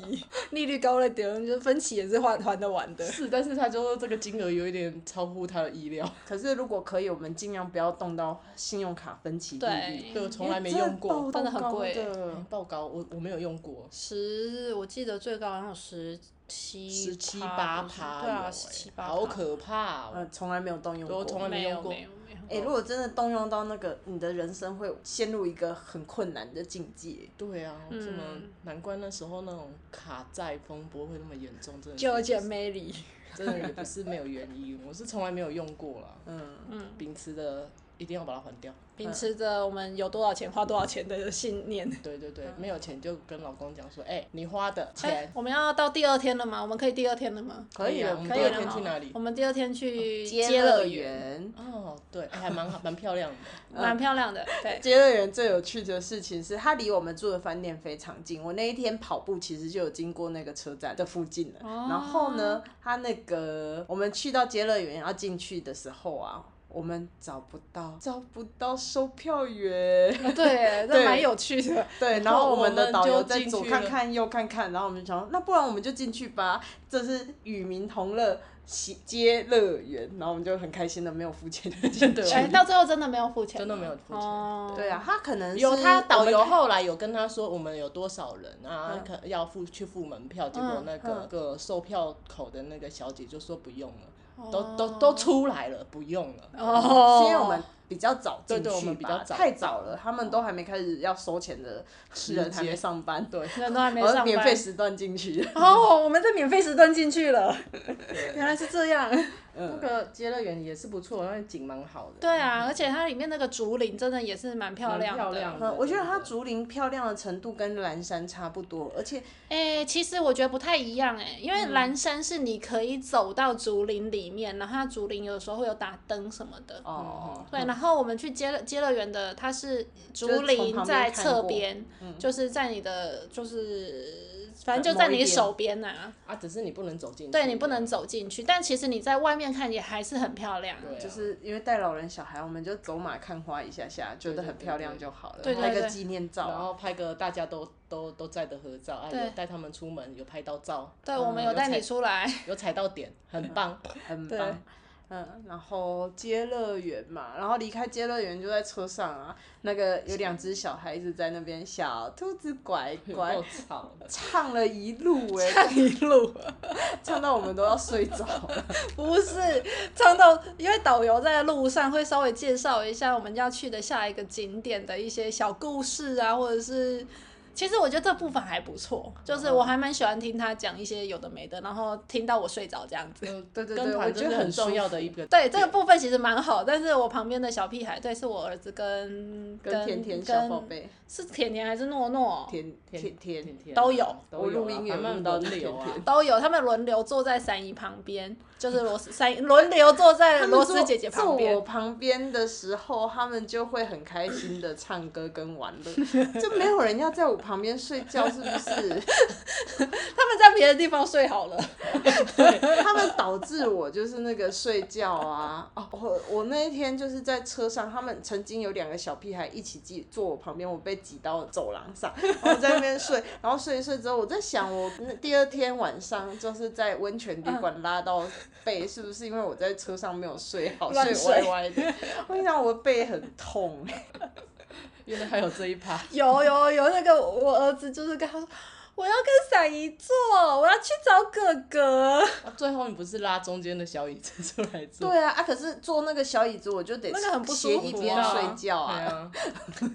Speaker 2: 利率高了点，就分期也是还还得完”的。
Speaker 3: 是，但是他就说这个金额有一点超乎他的意料，
Speaker 1: 可是如果可以，我们尽量不要动到信用卡分期利率，
Speaker 2: 对，
Speaker 3: 对我从来没用过，
Speaker 2: 真的很
Speaker 1: 因为
Speaker 2: 贵
Speaker 1: 这爆
Speaker 3: 嗯
Speaker 1: 高
Speaker 3: 爆高，我我没有用过。
Speaker 2: 十，我记得最高好像有十七，
Speaker 3: 十七
Speaker 2: 趴
Speaker 3: 八
Speaker 2: 不是
Speaker 3: 趴，
Speaker 2: 对啊，
Speaker 3: 有
Speaker 2: 十七
Speaker 3: 欸
Speaker 2: 八，嗯
Speaker 3: 好可怕、
Speaker 1: 的，
Speaker 3: 哦！
Speaker 1: 呃，从来没有动用
Speaker 3: 对我从
Speaker 1: 过
Speaker 3: 来。
Speaker 2: 没
Speaker 3: 没用
Speaker 2: 有
Speaker 3: 过
Speaker 2: 没有没有。
Speaker 1: 哎、如果真的动用到那个，你的人生会陷入一个很困难的境界。
Speaker 3: 对啊，什么
Speaker 2: 嗯嗯
Speaker 3: 难怪那时候那种卡债风波会那么严重，真的是
Speaker 2: 就见 Mary，
Speaker 3: 真的也不是没有原因，我是从来没有用过啦。
Speaker 1: 嗯，
Speaker 3: 秉持的一定要把它还掉。
Speaker 2: 秉持着我们有多少钱花多少钱的信念。
Speaker 3: 对对对，没有钱就跟老公讲说，哎、你花的
Speaker 2: 嗯哎
Speaker 3: 钱，
Speaker 2: 我们要到第二天了吗？我们可以第二天了吗？
Speaker 3: 可以
Speaker 1: 啊
Speaker 3: 了。我们
Speaker 2: 可
Speaker 3: 第
Speaker 2: 以
Speaker 3: 二
Speaker 2: 了
Speaker 3: 天
Speaker 2: 吗
Speaker 3: 去哪里
Speaker 2: 我？们第二天去
Speaker 1: 哦接
Speaker 2: 乐
Speaker 1: 乐
Speaker 2: 园，
Speaker 1: 园。
Speaker 3: 哦，对，哎还蛮好，蛮漂亮的。
Speaker 2: 蛮漂亮的。对，
Speaker 1: 接乐园最有趣的事情是，它离我们住的饭店非常近。我那一天跑步其实就有经过那个车站的附近了。
Speaker 2: 哦
Speaker 1: 然后呢，它那个我们去到接乐园要进去的时候啊，我们找不到找不到售票员。
Speaker 2: 啊对耶，这
Speaker 1: 对
Speaker 2: 蛮有趣的。
Speaker 1: 对，然后
Speaker 3: 哦我
Speaker 1: 我们的
Speaker 3: 们
Speaker 1: 导
Speaker 3: 就
Speaker 1: 游在
Speaker 3: 进
Speaker 1: 左
Speaker 3: 去
Speaker 1: 看
Speaker 3: 了
Speaker 1: 看右看看，然后我们就想说，那不然我们就进去吧，这是与民同乐喜接乐园，然后我们就很开心的没有付钱进
Speaker 3: 对
Speaker 1: 去。
Speaker 2: 哎，到最后真的没有付钱吗，
Speaker 3: 真的没有付钱
Speaker 2: 哦，
Speaker 1: 对啊，他可能
Speaker 3: 有
Speaker 1: 是
Speaker 3: 他导
Speaker 1: 我们
Speaker 3: 游后来有跟他说我们有多少人啊，
Speaker 1: 嗯
Speaker 3: 可要付去付门票，结果
Speaker 2: 嗯
Speaker 3: 那
Speaker 1: 嗯
Speaker 3: 个个售票口的那个小姐就说不用了，
Speaker 2: 哦，
Speaker 3: 都都都出来了，不用了。
Speaker 2: 哦，
Speaker 1: 是因为我们比较早进去吧，
Speaker 3: 对对我们比较早
Speaker 1: 太早了，他们都还没开始要收钱的
Speaker 3: 时
Speaker 1: 人还
Speaker 3: 间
Speaker 1: 没上班，
Speaker 3: 对，
Speaker 2: 人都还没
Speaker 1: 我
Speaker 2: 上
Speaker 1: 是呃
Speaker 2: 班，
Speaker 1: 免费时段进去。
Speaker 2: 哦，我们在免费时段进去了，原来是这样。
Speaker 3: 那个接乐园也是不错，那景蛮好的。
Speaker 2: 对啊，而且它里面那个竹林真的也是蛮漂亮的。
Speaker 3: 蛮漂亮的
Speaker 1: 嗯，我觉得它
Speaker 3: 对对
Speaker 1: 竹林漂亮的程度跟蓝山差不多，而且
Speaker 2: 哎、其实我觉得不太一样哎、因为蓝山是你可以走到竹林里面，然后它竹林有时候会有打灯什么的。
Speaker 1: 哦，
Speaker 2: 对，然后我们去接乐接乐园的，它是竹林在侧边，就是在你的就是反正就在你的手边呐、
Speaker 3: 啊，只是你不能走进去，
Speaker 2: 对你不能走进去，但其实你在外面看也还是很漂亮。
Speaker 3: 对啊，
Speaker 1: 就是因为带老人小孩，我们就走马看花一下下，觉得很漂亮就好了，
Speaker 2: 对对
Speaker 1: 拍个
Speaker 2: 对
Speaker 1: 纪念
Speaker 3: 然
Speaker 1: 照。啊
Speaker 3: 后拍个大家都都都在的合照，啊，
Speaker 2: 对
Speaker 3: 有带他们出门，有拍到照，
Speaker 2: 对，我们有带你出来，
Speaker 3: 有踩到 点，很棒。
Speaker 1: 很
Speaker 2: 对
Speaker 1: 棒。嗯，然后接乐园嘛，然后离开接乐园就在车上啊，那个有两只小孩子在那边小兔子拐拐
Speaker 3: 够，吵的，
Speaker 1: 唱了一路哎、
Speaker 2: 看一路。
Speaker 1: 唱到我们都要睡着了。
Speaker 2: 不是唱到，因为导游在路上会稍微介绍一下我们要去的下一个景点的一些小故事啊，或者是，其实我觉得这部分还不错，就是
Speaker 1: 嗯
Speaker 2: 我还蛮喜欢听他讲一些有的没的，然后听到我睡着这样子。
Speaker 1: 对对
Speaker 3: 跟
Speaker 1: 对，我
Speaker 3: 团
Speaker 1: 觉
Speaker 3: 真
Speaker 1: 得
Speaker 3: 的很
Speaker 1: 舒服
Speaker 3: 重要的一个。
Speaker 2: 对这个部分其实蛮好，但是我旁边的小屁孩，对，是我儿子跟
Speaker 1: 跟甜甜小宝，贝，
Speaker 2: 是甜甜还是诺诺
Speaker 1: 甜甜甜
Speaker 3: 甜，甜啊
Speaker 2: 都有
Speaker 1: 我录音也
Speaker 3: 慢慢
Speaker 1: 录到
Speaker 3: 轮
Speaker 1: 甜
Speaker 3: 流啊。
Speaker 1: 甜。
Speaker 2: 都有，他们轮流坐在珊姨旁边，就是罗斯珊轮流坐在
Speaker 1: 他们
Speaker 2: 罗
Speaker 1: 坐
Speaker 2: 斯姐姐旁边
Speaker 1: 坐我。旁边的时候，他们就会很开心的唱歌跟玩乐，就没有人要在我旁边睡觉，是不是？
Speaker 2: 他们在别的地方睡好了。
Speaker 1: 他们导致我就是那个睡觉啊，哦，我我那一天就是在车上，他们曾经有两个小屁孩一起挤坐我旁边，我被挤到走廊上， 然后在那边睡，然后睡一睡之后，我在想我那第二天晚上就是在温泉旅馆拉到背，是不是因为我在车上没有哦睡好，
Speaker 2: 乱
Speaker 1: 睡歪歪的？我 跟你讲，我的背很痛，
Speaker 3: 原来还有这一趴，啊
Speaker 2: 有有有，那个我儿子就是跟他说，我要跟闪姨坐，我要去找哥哥。
Speaker 3: 啊最后你不是拉中间的小椅子出来坐？
Speaker 1: 对啊，啊，可是坐那个小椅子我就得
Speaker 2: 那个很不舒
Speaker 1: 斜一
Speaker 2: 服
Speaker 1: 边
Speaker 2: 啊
Speaker 1: 睡觉啊。
Speaker 3: 对啊，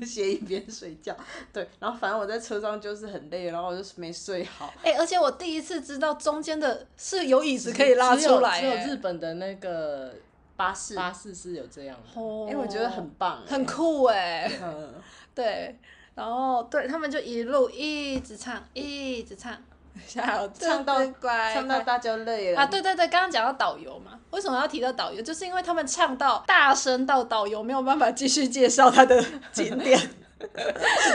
Speaker 1: 斜一边睡觉，对，然后反正我在车上就是很累，然后我就是没睡好，
Speaker 2: 哎、而且我第一次知道中间的是有椅子可以拉
Speaker 3: 只有
Speaker 2: 出来、
Speaker 3: 只有
Speaker 2: 哎
Speaker 3: 日本的那个
Speaker 1: 巴士，哎、
Speaker 3: 巴士是有这样的，
Speaker 2: 哦
Speaker 1: 我觉得很棒、欸
Speaker 2: 很酷哎、
Speaker 1: 嗯，
Speaker 2: 对，然后对他们就一路一直唱，一直唱，小
Speaker 1: 唱到
Speaker 2: 兔子乖
Speaker 1: 唱到
Speaker 2: 乖
Speaker 1: 大家累了
Speaker 2: 啊，对对对，刚刚讲到导游嘛，为什么要提到导游？就是因为他们唱到大声到导游没有办法继续介绍他的景点，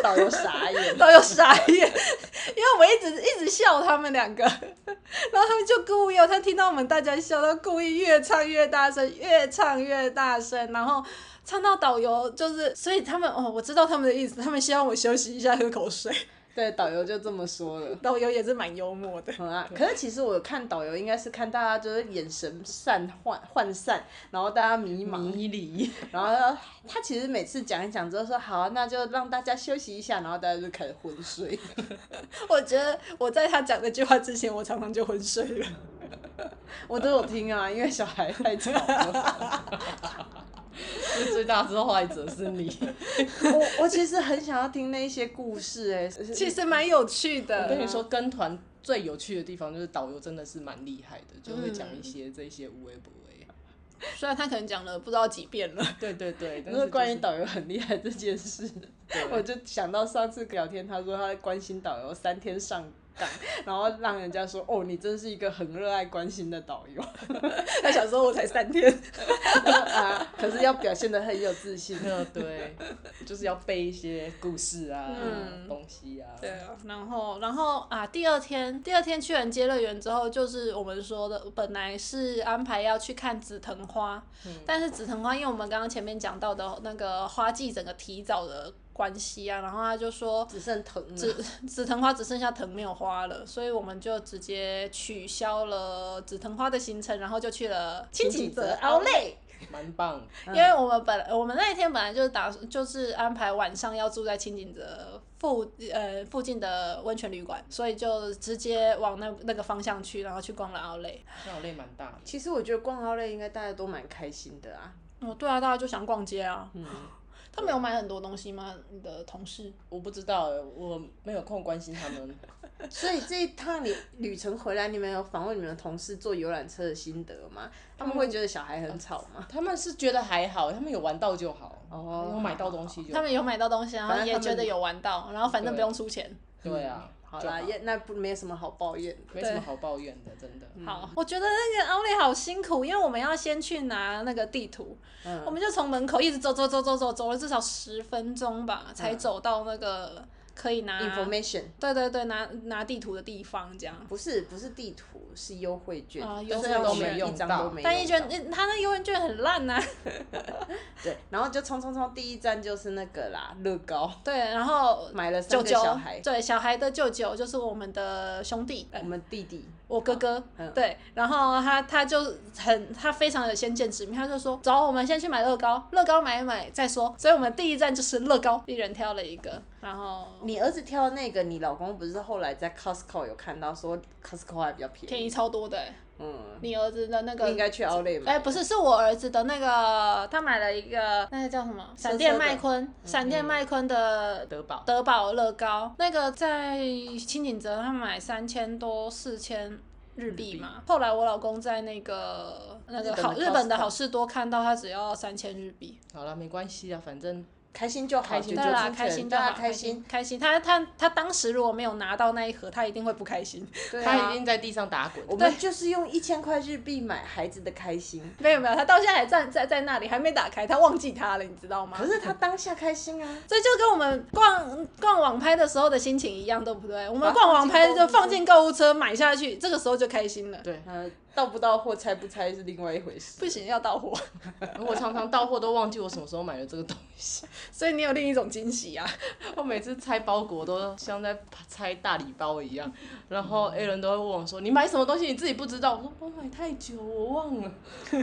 Speaker 1: 导游傻眼，
Speaker 2: 导游傻眼，因为我们一直一直笑他们两个，然后他们就故意哦，他听到我们大家笑，他故意越唱越大声，越唱越大声，然后唱到导游就是，所以他们哦，我知道他们的意思，他们希望我休息一下，喝口水。
Speaker 1: 对，导游就这么说了。
Speaker 2: 导游也是蛮幽默的。
Speaker 1: 嗯啊，可是其实我看导游应该是看大家就是眼神散涣涣散，然后大家迷茫，
Speaker 3: 迷离，
Speaker 1: 然后他其实每次讲一讲之后说好，啊那就让大家休息一下，然后大家就开始昏睡。
Speaker 2: 我觉得我在他讲那句话之前，我常常就昏睡了。
Speaker 1: 我都有听啊，因为小孩太吵了。
Speaker 3: 是 最大受害者是你。
Speaker 1: 我我其实很想要听那一些故事、哎，
Speaker 2: 其实蛮有趣
Speaker 3: 我跟
Speaker 1: 啊
Speaker 2: 的。
Speaker 3: 你说，跟团最有趣的地方就是导游真的是蛮厉害的，就会讲
Speaker 1: 嗯
Speaker 3: 一些这些无微不微。啊
Speaker 2: 虽然他可能讲了不知道几遍了，
Speaker 3: 对对对，但
Speaker 1: 就是
Speaker 3: 就是
Speaker 1: 是关于导游很厉害这件事，我就想到上次聊天，他说他关心导游三天上岗，然后让人家说哦，你真是一个很热爱关心的导游
Speaker 2: 他想说我才三天，
Speaker 1: 啊，可是要表现的很有自信。
Speaker 3: 嗯，对，就是要背一些故事啊、
Speaker 2: 嗯
Speaker 3: 东西啊。
Speaker 2: 对啊，然后然后啊，第二天第二天去完接乐园之后，就是我们说的，本来是安排要去看紫藤花，
Speaker 1: 嗯
Speaker 2: 但是紫藤花因为我们刚刚前面讲到的那个花季整个提早的关系啊，然后他就说
Speaker 1: 只剩疼啊了，
Speaker 2: 紫藤花只剩下藤没有花了，所以我们就直接取消了紫藤花的行程，然后就去了青井泽奥莱。
Speaker 3: 蛮棒，
Speaker 1: 嗯
Speaker 2: 因为我们本来我们那一天本来就是打就是安排晚上要住在清景泽附呃附近的温泉旅馆，所以就直接往那那个方向去，然后去逛了奥莱。
Speaker 3: 那我累蛮大的。
Speaker 1: 其实我觉得逛奥莱应该大家都蛮开心的啊。
Speaker 2: 哦，对啊，大家就想逛街啊。
Speaker 1: 嗯，
Speaker 2: 他们有买很多东西吗？你的同事？
Speaker 3: 我不知道，欸我没有空关心他们。
Speaker 1: 所以这一趟你旅程回来，你们有访问你们的同事坐游览车的心得吗？他们会觉得小孩很吵吗？
Speaker 3: 他们是觉得还好，他们有玩到就好，
Speaker 1: 哦
Speaker 3: 有买到东西就
Speaker 2: 他
Speaker 3: 好。
Speaker 2: 们有买到东西，然
Speaker 1: 反
Speaker 2: 后
Speaker 1: 正
Speaker 2: 也
Speaker 1: 他们
Speaker 2: 觉得有玩到，然后反正
Speaker 3: 对
Speaker 2: 不用出钱。
Speaker 3: 对啊，
Speaker 1: 嗯好
Speaker 3: 就
Speaker 1: 啦，也那不没什么好抱怨的。
Speaker 3: 没什么好抱怨的，真的。
Speaker 1: 嗯
Speaker 2: 好，我觉得那个奥利好辛苦，因为我们要先去拿那个地图，
Speaker 1: 嗯
Speaker 2: 我们就从门口一直走走走走走，走了至少十分钟吧，
Speaker 1: 嗯
Speaker 2: 才走到那个可以拿
Speaker 1: Information
Speaker 2: 对对对，拿拿地图的地方这样。
Speaker 1: 不是不是地图，是优惠券，
Speaker 2: 啊
Speaker 1: 但
Speaker 2: 优惠
Speaker 1: 是我
Speaker 3: 券
Speaker 1: 们一张都没用到
Speaker 2: 但一卷，那他那游园券很烂啊呐、
Speaker 1: 对，然后就冲冲冲，第一站就是那个啦，乐高，
Speaker 2: 对，然后
Speaker 1: 买了三
Speaker 2: 舅
Speaker 1: 个
Speaker 2: 舅
Speaker 1: 小孩，，
Speaker 2: 对小孩的舅舅就是我们的兄弟，
Speaker 1: 我们弟弟，
Speaker 2: 我哥哥，
Speaker 1: 嗯
Speaker 2: 对，然后他他就很他非常有先见之明，他就说走，我们先去买乐高，乐高买一买再说。所以我们第一站就是乐高，一人挑了一个，然后
Speaker 1: 你儿子挑的那个，你老公不是后来在 Costco 有看到说 Costco 还比较便宜，
Speaker 2: 便宜超多的、
Speaker 1: 嗯，
Speaker 2: 你儿子的那
Speaker 1: 你应
Speaker 2: 个。
Speaker 1: 该去奥莱买，
Speaker 2: 哎、不是，是我儿子的那个，他买了一个，那个叫什么？闪电
Speaker 1: 色的嗯
Speaker 2: 麦昆，闪电麦昆的
Speaker 3: 德宝，
Speaker 2: 德宝乐高，那个在清景泽他买三千多四千。日币嘛，后来我老公在那个那
Speaker 1: 日
Speaker 2: 个
Speaker 1: 本的
Speaker 2: 好
Speaker 1: Costco
Speaker 2: 日本的好事多看到，他只要三千日币。
Speaker 3: 好了，没关系啊，反正
Speaker 1: 开心就好，
Speaker 3: 开心
Speaker 1: 解
Speaker 3: 就
Speaker 1: 决
Speaker 2: 对啦，
Speaker 1: 出
Speaker 2: 开
Speaker 1: 钱
Speaker 2: 心就
Speaker 1: 大
Speaker 2: 好，
Speaker 1: 家开
Speaker 2: 心
Speaker 1: 心，
Speaker 2: 开心。他他他当时如果没有拿到那一盒，他一定会不开心。
Speaker 1: 对
Speaker 3: 他
Speaker 1: 啊
Speaker 3: 已。经在地上打滚。
Speaker 1: 我们就是用一千块日币买孩子的开心，
Speaker 2: 没有没有，他到现在还站在在那里，还没打开，他忘记他了，你知道吗
Speaker 1: 可？是他当下开心啊，
Speaker 2: 这就跟我们逛逛网拍的时候的心情一样，对不对？我
Speaker 1: 把它
Speaker 2: 们逛网
Speaker 1: 放进购
Speaker 2: 拍
Speaker 1: 物
Speaker 2: 就
Speaker 1: 车
Speaker 2: 放进购物车买下去，这个时候就开心了。
Speaker 3: 对，
Speaker 1: 呃，到不到货拆不拆是另外一回事。
Speaker 2: 不行，要到货。
Speaker 3: 我常常到货都忘记我什么时候买了这个东西。
Speaker 2: 所以你有另一种惊喜啊！
Speaker 3: 我每次拆包裹都像在拆大礼包一样，然后 A 人都会问我说：“你买什么东西你自己不知道？”我说：“我买太久，我忘了。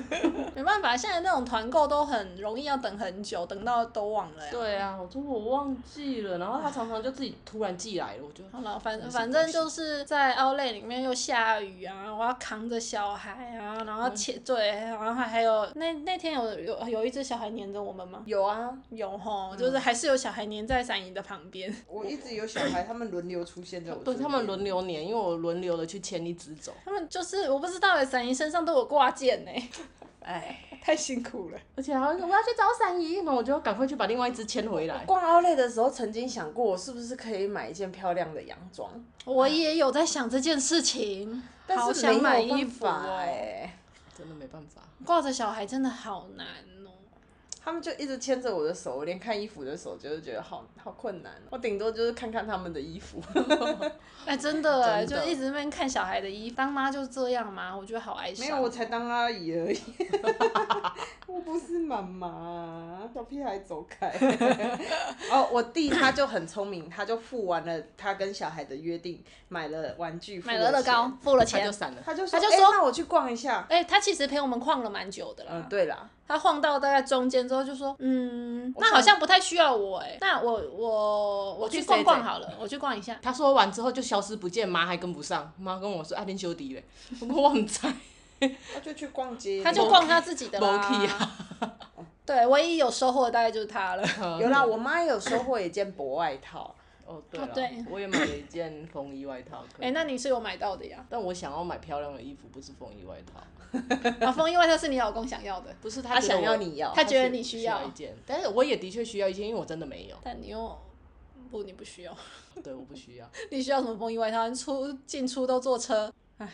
Speaker 2: 没办法，现在那种团购都很容易要等很久，等到都忘了”呀。
Speaker 3: 对啊，我说我忘记了，然后他常常就自己突然寄来了，我就
Speaker 2: 好了，反
Speaker 3: 没什么
Speaker 2: 反正就是在奥莱里面又下雨啊，我要扛着小孩啊，然后且、对，然后还有那那天有有有一只小孩黏着我们吗？
Speaker 1: 有啊，
Speaker 2: 有吼，就是还是有小孩黏在伞姨的旁边。
Speaker 1: 我一直有小孩，他们轮流出现在我
Speaker 3: 对
Speaker 1: 身
Speaker 3: 他们
Speaker 1: 边
Speaker 3: 轮流粘，因为我轮流的去牵一只走。
Speaker 2: 他们就是我不知道哎，伞姨身上都有挂件呢，
Speaker 1: 哎，
Speaker 2: 太辛苦了。
Speaker 3: 而且好像我要去找伞姨，然后我就赶快去把另外一只牵回来。
Speaker 1: 逛奥莱的时候，曾经想过我是不是可以买一件漂亮的洋装，
Speaker 2: 我也有在想这件事情，好
Speaker 1: 但是没
Speaker 2: 想
Speaker 1: 有
Speaker 2: 买
Speaker 1: 办
Speaker 2: 衣服
Speaker 1: 法
Speaker 2: 哦。
Speaker 1: 哎、
Speaker 3: 真的没办法，
Speaker 2: 挂着小孩真的好难哦。
Speaker 1: 他们就一直牵着我的手，我连看衣服的手就是觉得好好困难。哦我顶多就是看看他们的衣服，
Speaker 2: 哎、真的哎、
Speaker 3: 真的
Speaker 2: 就一直在那边看小孩的衣服，当妈就是这样嘛，我觉得好哀伤。
Speaker 1: 没有，我才当阿姨而已， 我不是妈妈。小屁孩走开。 哦，我弟他就很聪明，他就付完了他跟小孩的约定，买了玩具，付
Speaker 2: 买了乐高
Speaker 1: 钱，，
Speaker 2: 付了
Speaker 3: 他
Speaker 2: 钱
Speaker 3: 就。散了。
Speaker 1: 他就说，
Speaker 2: 他就
Speaker 1: 哎
Speaker 2: 说啊
Speaker 1: 那我去逛一下。
Speaker 2: 哎、他其实陪我们晃了蛮久的啦。
Speaker 1: 嗯，对啦，
Speaker 2: 他晃到大概中间之后就说：“嗯，
Speaker 1: 我
Speaker 2: 那
Speaker 1: 想
Speaker 2: 好像不太需要我哎、那我我我去
Speaker 3: 去
Speaker 2: 逛
Speaker 3: 谁
Speaker 2: 逛
Speaker 3: 谁
Speaker 2: 好了，我去逛 一下。
Speaker 3: 他说完之后就消失不见，妈还跟不上，妈跟我说啊，恁小弟嘞，我说我唔知，
Speaker 1: 他就去逛街，
Speaker 2: 他就逛他自己的啦。
Speaker 3: 没去啊
Speaker 1: 哦
Speaker 2: 对，唯一有收获的大概就是他了。
Speaker 1: 有啦，我妈也有收获一件薄外套，
Speaker 3: 哦，对了，
Speaker 2: 对
Speaker 3: 我也买了一件风衣外套。可以
Speaker 2: 哎、那你是有买到的呀？
Speaker 3: 但我想要买漂亮的衣服，不是风衣外套。
Speaker 2: 啊，风衣外套是你老公想要的，
Speaker 3: 不是
Speaker 1: 她
Speaker 3: 觉得
Speaker 1: 想
Speaker 3: 我
Speaker 1: 要你要，
Speaker 2: 他觉得
Speaker 3: 是
Speaker 2: 你需
Speaker 3: 需
Speaker 2: 要
Speaker 3: 一件，但是我也的确需要一件，因为我真的没有。
Speaker 2: 但你又不，你不需要，
Speaker 3: 对，我不需要。
Speaker 2: 你需要什么风衣外套？你出进出都坐车，
Speaker 3: 唉，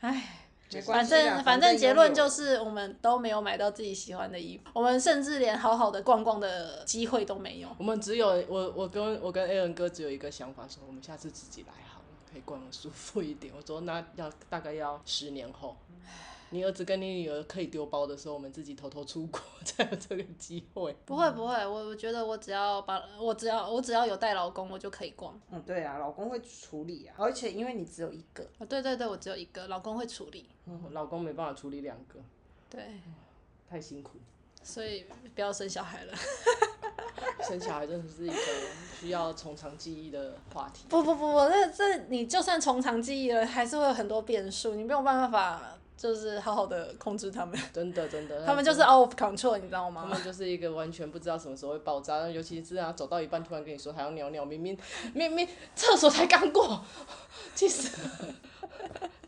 Speaker 2: 唉。
Speaker 1: 没关
Speaker 2: 反
Speaker 1: 系啦
Speaker 2: 正反正结
Speaker 1: 拥
Speaker 2: 论
Speaker 1: 有
Speaker 2: 就是，我们都没有买到自己喜欢的衣服，我们甚至连好好的逛逛的机会都没有。
Speaker 3: 我们只有我，我跟我跟 Aaron 哥只有一个想法，说我们下次自己来好了，可以逛的舒服一点。我说那要大概要十年后，你儿子跟你女儿可以丢包的时候，我们自己偷偷出国才有这个机会。
Speaker 2: 不会不会，我我觉得我只要把我只要我只要有带老公，我就可以逛。
Speaker 1: 嗯，对啊，老公会处理啊，而且因为你只有一个，
Speaker 2: 哦对对对，我只有一个，老公会处理。
Speaker 3: 我老公没办法处理两个，
Speaker 2: 对，
Speaker 3: 太辛苦。
Speaker 2: 所以不要生小孩了。
Speaker 3: 生小孩真的是一个需要从长计议的话题。
Speaker 2: 不不不不，这这你就算从长计议了，还是会有很多变数，你没有办法就是好好的控制他们，
Speaker 3: 真的真的，
Speaker 2: 他们就是 out of control，你知道
Speaker 3: 他
Speaker 2: 吗？
Speaker 3: 们就是一个完全不知道什么时候会爆炸，尤其是啊走到一半突然跟你说还要尿尿，明明明明厕所才刚过， 气死 了！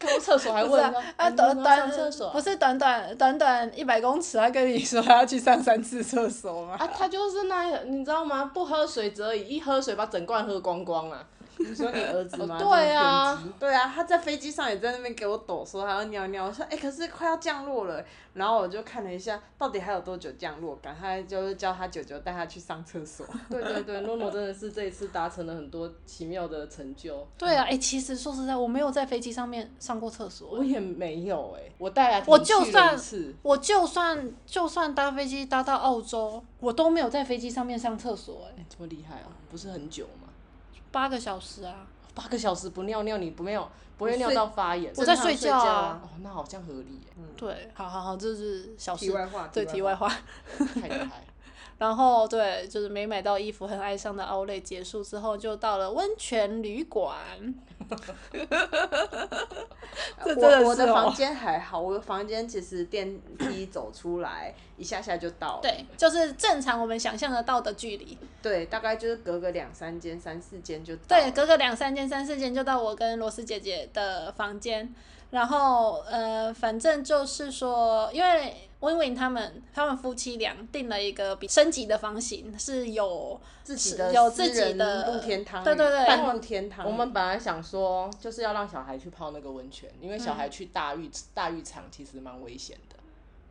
Speaker 3: 看到厕所还
Speaker 2: 不是
Speaker 3: 问
Speaker 2: 啊， 啊
Speaker 3: 哎你
Speaker 2: 短
Speaker 3: 们要
Speaker 2: 短
Speaker 3: 上厕所
Speaker 2: 不是短短短短一百公尺，他跟你说他要去上三次厕所吗？
Speaker 3: 啊，他就是那样，你知道吗？不喝水则已，一喝水把整罐喝光光啊！
Speaker 1: 你说你儿子吗？
Speaker 3: 哦对啊
Speaker 1: 这么偏激，对啊，他在飞机上也在那边给我抖，说还要尿尿。我说，哎、可是快要降落了，然后我就看了一下，到底还有多久降落？赶快就是叫他舅舅带他去上厕所。
Speaker 3: 对对对，诺诺真的是这一次达成了很多奇妙的成就，
Speaker 2: 对啊，哎、其实说实在，我没有在飞机上面上过厕所。
Speaker 3: 我也没有哎、我带来
Speaker 2: 我就算
Speaker 3: 一次，
Speaker 2: 我就算就算搭飞机搭到澳洲，我都没有在飞机上面上厕所、哎，
Speaker 3: 这么厉害哦、不是很久吗？
Speaker 2: 八个小时啊，
Speaker 3: 八个小时不尿尿，你不没有不会
Speaker 1: 你
Speaker 3: 尿
Speaker 1: 睡
Speaker 3: 到发炎？
Speaker 2: 我在
Speaker 1: 正常
Speaker 2: 睡
Speaker 1: 睡
Speaker 2: 觉
Speaker 1: 觉
Speaker 2: 啊
Speaker 1: 啊
Speaker 3: 哦，那好像合理欸耶，
Speaker 2: 对，好好好，这是小
Speaker 1: 题
Speaker 2: 事，
Speaker 1: 外话，
Speaker 2: 对，题外话。
Speaker 3: 太 厉害了。
Speaker 2: 然后对，就是没买到衣服，很爱上的 o u l 结束之后，就到了温泉旅 馆。
Speaker 1: 话
Speaker 2: 这真的
Speaker 1: 我我
Speaker 2: 是
Speaker 1: 的
Speaker 2: 哦
Speaker 1: 房间还好，我的房间其实电梯走出来一下下就到了。
Speaker 2: 对，就是正常我们想象得到的距离，
Speaker 1: 对，大概就是隔个两三间、三四间就到了
Speaker 2: 对，隔个两三间、三四间就到我跟罗斯姐姐的房间，然后呃，反正就是说，因为 Win Win 他们他们夫妻俩订了一个比升级的房型，是有
Speaker 1: 自己的
Speaker 2: 有
Speaker 1: 私
Speaker 2: 自己
Speaker 1: 人
Speaker 2: 的
Speaker 1: 露天汤浴，
Speaker 2: 对对对
Speaker 1: 半露天汤浴。
Speaker 3: 我们本来想说，就是要让小孩去泡那个温泉，因为小孩去大浴、大浴场其实蛮危险的。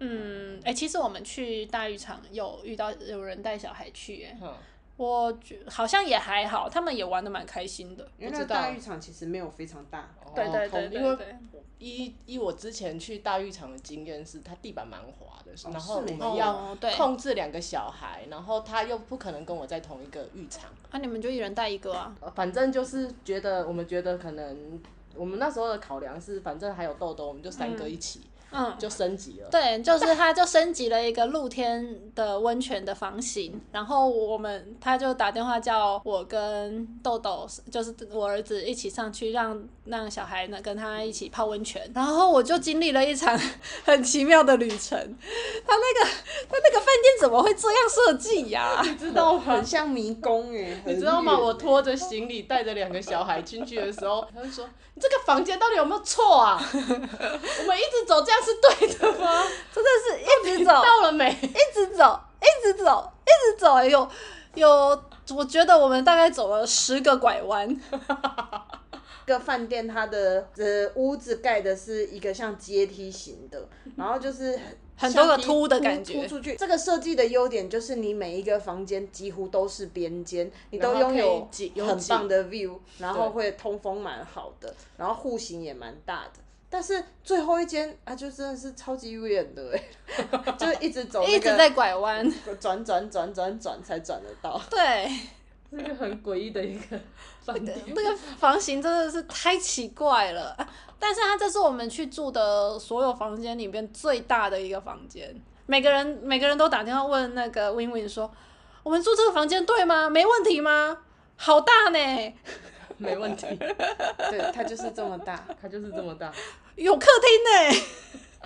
Speaker 2: 嗯，哎、其实我们去大浴场有遇到有人带小孩去、哎，
Speaker 3: 嗯，
Speaker 2: 我觉好像也还好，他们也玩的蛮开心的。
Speaker 1: 因为那
Speaker 3: 不知
Speaker 1: 个
Speaker 3: 道
Speaker 1: 大浴场其实没有非常大，
Speaker 3: 哦
Speaker 2: 对对
Speaker 3: 同
Speaker 2: 对对
Speaker 3: 因为
Speaker 2: 对
Speaker 3: 依依我之前去大浴场的经验是，它地板蛮滑的，然后
Speaker 1: 是
Speaker 3: 我
Speaker 1: 没
Speaker 3: 们
Speaker 1: 错
Speaker 3: 要
Speaker 2: 哦哦，对，
Speaker 3: 控制两个小孩，然后他又不可能跟我在同一个浴场。
Speaker 2: 那、啊你们就一人带一个啊。
Speaker 3: 呃反正就是觉得，我们觉得可能我们那时候的考量是，反正还有豆豆，我们就三个一起、
Speaker 2: 嗯，
Speaker 3: 就升级了。
Speaker 2: 对，就是他就升级了一个露天的温泉的房型，然后我们他就打电话叫我跟豆豆，就是我儿子一起上去让，让小孩呢跟他一起泡温泉，然后我就经历了一场很奇妙的旅程。他那个他那个饭店怎么会这样设计呀、
Speaker 1: 知道很像迷宫哎，
Speaker 3: 你
Speaker 1: 很
Speaker 3: 知道吗？
Speaker 1: 远
Speaker 3: 我拖着行李带着两个小孩进去的时候，他就说：“你这个房间到底有没有错啊？我们一直走这样是对的吗？
Speaker 2: 真的是一直走，
Speaker 3: 到了没？
Speaker 2: 一直走，一直走，一直走，有有，我觉得我们大概走了十个拐弯。
Speaker 1: 一个饭店，它的呃屋子盖的是一个像阶梯型 的，然后就是
Speaker 2: 很多个
Speaker 1: 像
Speaker 2: 凸的感觉
Speaker 1: 凸出去。这个设计的优点就是你每一个房间几乎都是边间，你
Speaker 3: 然
Speaker 1: 都
Speaker 3: 后
Speaker 1: 拥
Speaker 3: 可以
Speaker 1: 有
Speaker 3: 景有
Speaker 1: 很
Speaker 3: 景
Speaker 1: 棒的 view，然后
Speaker 3: 对
Speaker 1: 会通风蛮好的，然后户型也蛮大的。但是最后一间啊，就真的是超级远的哎， 就是一直走、那个，
Speaker 2: 一直在拐弯，
Speaker 1: 转转转转转才转得 到。
Speaker 2: 对，
Speaker 3: 是一个很诡异的一个饭店。
Speaker 2: 那个房型真的是太奇怪了。啊但是它这是我们去住的所有房间里面最大的一个房间，每个人每个人都打电话问那个 Win Win 说，我们住这个房间对吗？没问题吗？好大呢，
Speaker 3: 没问题，
Speaker 1: 对，它就是这么大。
Speaker 3: 它就是这么大。
Speaker 2: 有客厅呢。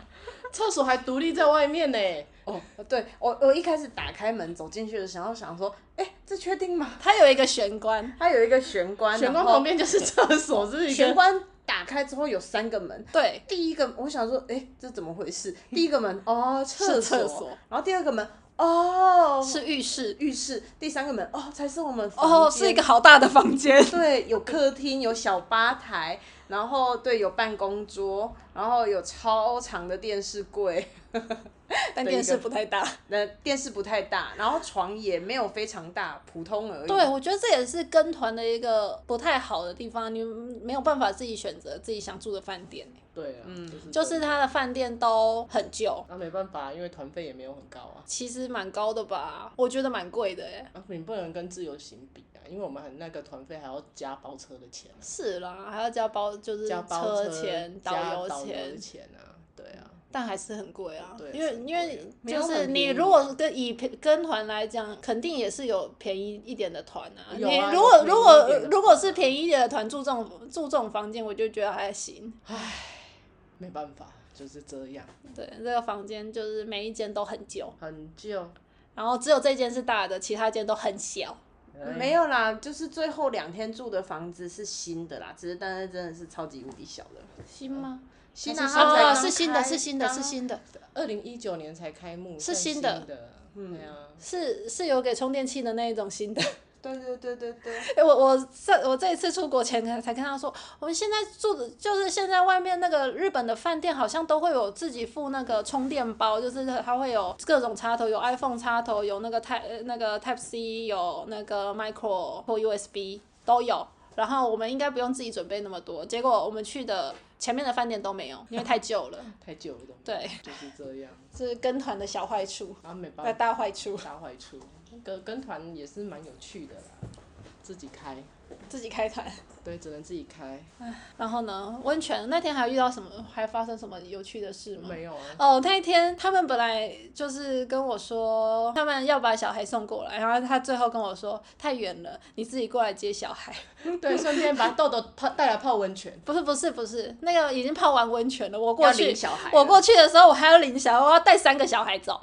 Speaker 3: 厕所还独立在外面 呢、
Speaker 1: 哦，对我我一开始打开门走进去的时候，想说，哎、这确定吗？
Speaker 2: 它有一个玄关，
Speaker 1: 它有一个玄关，
Speaker 3: 玄关
Speaker 1: 然后
Speaker 3: 旁边就是厕所，这是一
Speaker 1: 玄
Speaker 3: 个
Speaker 1: 关打开之后有三个门，
Speaker 2: 对，
Speaker 1: 第一个我想说，哎、这怎么回事？第一个门 哦，厕
Speaker 2: 是厕所，
Speaker 1: 然后第二个门哦
Speaker 2: 是浴室，
Speaker 1: 浴室，第三个门哦才是我们房
Speaker 2: 哦，
Speaker 1: 间
Speaker 2: 是一个好大的房间，
Speaker 1: 对，有客厅，有小吧台，然后对，有办公桌，然后有超长的电视柜，
Speaker 2: 但电视不太大。
Speaker 1: 那电视不太大，然后床也没有非常大，普通而已。
Speaker 2: 对，我觉得这也是跟团的一个不太好的地方，你没有办法自己选择自己想住的饭店，
Speaker 3: 对啊，
Speaker 2: 就是它的饭店都很旧，
Speaker 3: 那、没办法，因为团费也没有很高啊，
Speaker 2: 其实蛮高的吧，我觉得蛮贵的哎。
Speaker 3: 啊你不能跟自由行比啊，因为我们还那个团费还要加包车的钱、啊
Speaker 2: 是啦，还要加包就是
Speaker 3: 加包
Speaker 2: 车钱、
Speaker 3: 加
Speaker 2: 导
Speaker 3: 导
Speaker 2: 钱
Speaker 3: 的，钱啊，对啊，
Speaker 2: 但还是很贵啊
Speaker 3: 对。
Speaker 2: 因为
Speaker 3: 是很
Speaker 2: 因为
Speaker 1: 没有
Speaker 2: 就
Speaker 1: 很
Speaker 2: 是你
Speaker 1: 便宜
Speaker 2: 如果跟以跟团来讲，肯定也是有便宜一点的团啊。
Speaker 3: 有啊
Speaker 2: 你
Speaker 3: 有
Speaker 2: 如果
Speaker 3: 便宜
Speaker 2: 如
Speaker 3: 一
Speaker 2: 果
Speaker 3: 点的
Speaker 2: 如果
Speaker 3: 团
Speaker 2: 是
Speaker 3: 啊
Speaker 2: 便宜一点的团住这种住这种房间，我就觉得还行。
Speaker 3: 没办法，就是这样，
Speaker 2: 对，这个房间就是每一间都很旧，
Speaker 3: 很旧，
Speaker 2: 然后只有这间是大的，其他间都很小。
Speaker 1: 没有啦，就是最后两天住的房子是新的啦，只是但是真的是超级无敌小的，
Speaker 2: 新吗？
Speaker 1: 新
Speaker 3: 它
Speaker 1: 啊，它
Speaker 3: 是
Speaker 1: 才
Speaker 2: 哦，
Speaker 1: 刚
Speaker 2: 是新的，
Speaker 1: 开
Speaker 2: 是新的，
Speaker 1: 刚
Speaker 2: 是新的，
Speaker 3: 二零一九年才开幕，
Speaker 2: 是
Speaker 3: 算
Speaker 2: 新
Speaker 3: 新
Speaker 2: 的
Speaker 3: 嗯，对啊，
Speaker 2: 是是有给充电器的那一种新的。
Speaker 1: 对对对对对，
Speaker 2: 哎、我我这我这一次出国前才才跟他说，我们现在住的就是现在外面那个日本的饭店好像都会有自己附那个充电包，就是它会有各种插头，有 iPhone 插头，有那个 Type 呃那个 Type C，有那个 Micro 或 USB 都有。然后我们应该不用自己准备那么多，结果我们去的前面的饭店都没有，因为太旧了。
Speaker 3: 太旧了，
Speaker 2: 嗯对，
Speaker 3: 就是这样，
Speaker 2: 这是跟团的小坏处，
Speaker 3: 啊，没
Speaker 2: 大
Speaker 3: 办法，
Speaker 2: 大坏处，
Speaker 3: 大坏处，那个跟团也是蛮有趣的啦，自己开，
Speaker 2: 自己开团。
Speaker 3: 对，只能自己开，
Speaker 2: 然后呢，温泉那天还遇到什么，还发生什么有趣的事吗？
Speaker 3: 没有啊，
Speaker 2: 哦，那一天他们本来就是跟我说，他们要把小孩送过来，然后他最后跟我说太远了，你自己过来接小孩。
Speaker 3: 对，顺便把豆豆泡带来泡温泉，
Speaker 2: 不是不是不是，那个已经泡完温泉了，我过
Speaker 1: 要领
Speaker 2: 去，
Speaker 1: 小孩了，
Speaker 2: 我过去的时候我还要领小孩，我要带三个小孩走。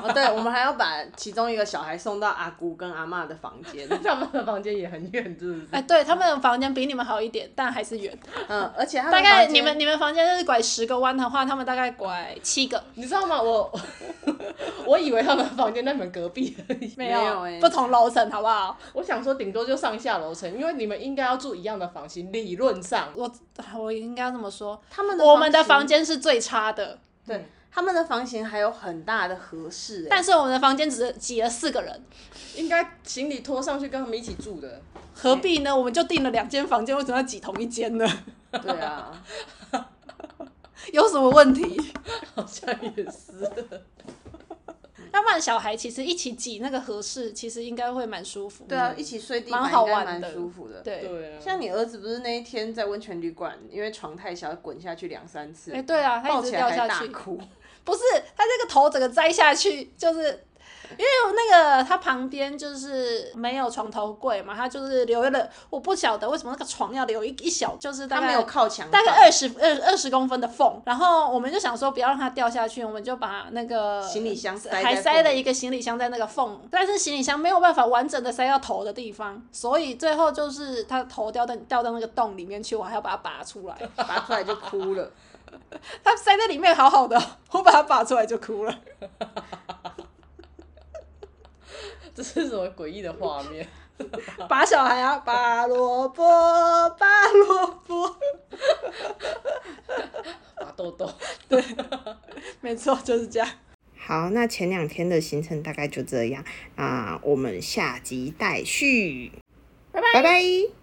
Speaker 1: 哦，对，我们还要把其中一个小孩送到阿姑跟阿嬷的房间，
Speaker 3: 他们的房间也很远，是不是？
Speaker 2: 哎，对他们的房间比你们好一点，但还是远。
Speaker 1: 嗯，而且他
Speaker 2: 大概
Speaker 1: 房间
Speaker 2: 你们你们房间就是拐十个弯的话，他们大概拐七个，
Speaker 3: 你知道吗？我 我以为他们房间在你们隔壁而已，
Speaker 1: 没有哎
Speaker 2: 不同楼层好不好？
Speaker 3: 我想说顶多就上下楼层，因为你们应该要住一样的房型，理论上
Speaker 2: 我我应该这么说，
Speaker 1: 他们
Speaker 2: 我们的
Speaker 1: 房
Speaker 2: 房
Speaker 1: 型
Speaker 2: 间是最差的，
Speaker 1: 对。他们的房型还有很大的合适、欸，
Speaker 2: 但是我们的房间只挤了四个人。
Speaker 3: 应该行李拖上去跟他们一起住的。
Speaker 2: 何必呢？我们就订了两间房间，为什么要挤同一间呢？
Speaker 1: 对啊，
Speaker 2: 有什么问题？
Speaker 3: 好像也是，
Speaker 2: 要不然小孩其实一起挤那个合适，其实应该会蛮舒服。
Speaker 1: 对啊，一起睡地板
Speaker 2: 蛮好
Speaker 1: 应该
Speaker 2: 玩
Speaker 1: 蛮
Speaker 2: 的
Speaker 1: 舒服的。
Speaker 2: 对，
Speaker 3: 对啊，
Speaker 1: 像你儿子不是那一天在温泉旅馆，因为床太小滚下去两三次，
Speaker 2: 哎、对啊，他
Speaker 1: 抱
Speaker 2: 一直
Speaker 1: 起
Speaker 2: 掉
Speaker 1: 来还
Speaker 2: 下
Speaker 1: 大
Speaker 2: 去，
Speaker 1: 哭。
Speaker 2: 不是他这个头整个栽下去，就是因为那个他旁边就是没有床头柜嘛，他就是留了，我不晓得为什么那个床要留一一小，就是大
Speaker 1: 他
Speaker 2: 概
Speaker 1: 没有靠墙
Speaker 2: 大
Speaker 1: 板，
Speaker 2: 概二十二二十公分的缝，然后我们就想说不要让它掉下去，我们就把那个
Speaker 1: 行李箱塞在
Speaker 2: 呃还塞
Speaker 1: 缝
Speaker 2: 了
Speaker 1: 里
Speaker 2: 一个行李箱在那个缝，但是行李箱没有办法完整的塞到头的地方，所以最后就是它头掉到掉到那个洞里面去，我还要把它拔出来。
Speaker 1: 拔出来就哭了。
Speaker 2: 它塞在里面好好的，我把它拔出来就哭了。
Speaker 3: 这是什么诡异的画 面？
Speaker 2: 拔小孩啊，拔萝卜，拔萝卜，
Speaker 3: 拔豆 豆，
Speaker 2: 没错，就是这样。
Speaker 4: 好，那前两天的行程大概就这样，那我们下集待续，拜拜。拜拜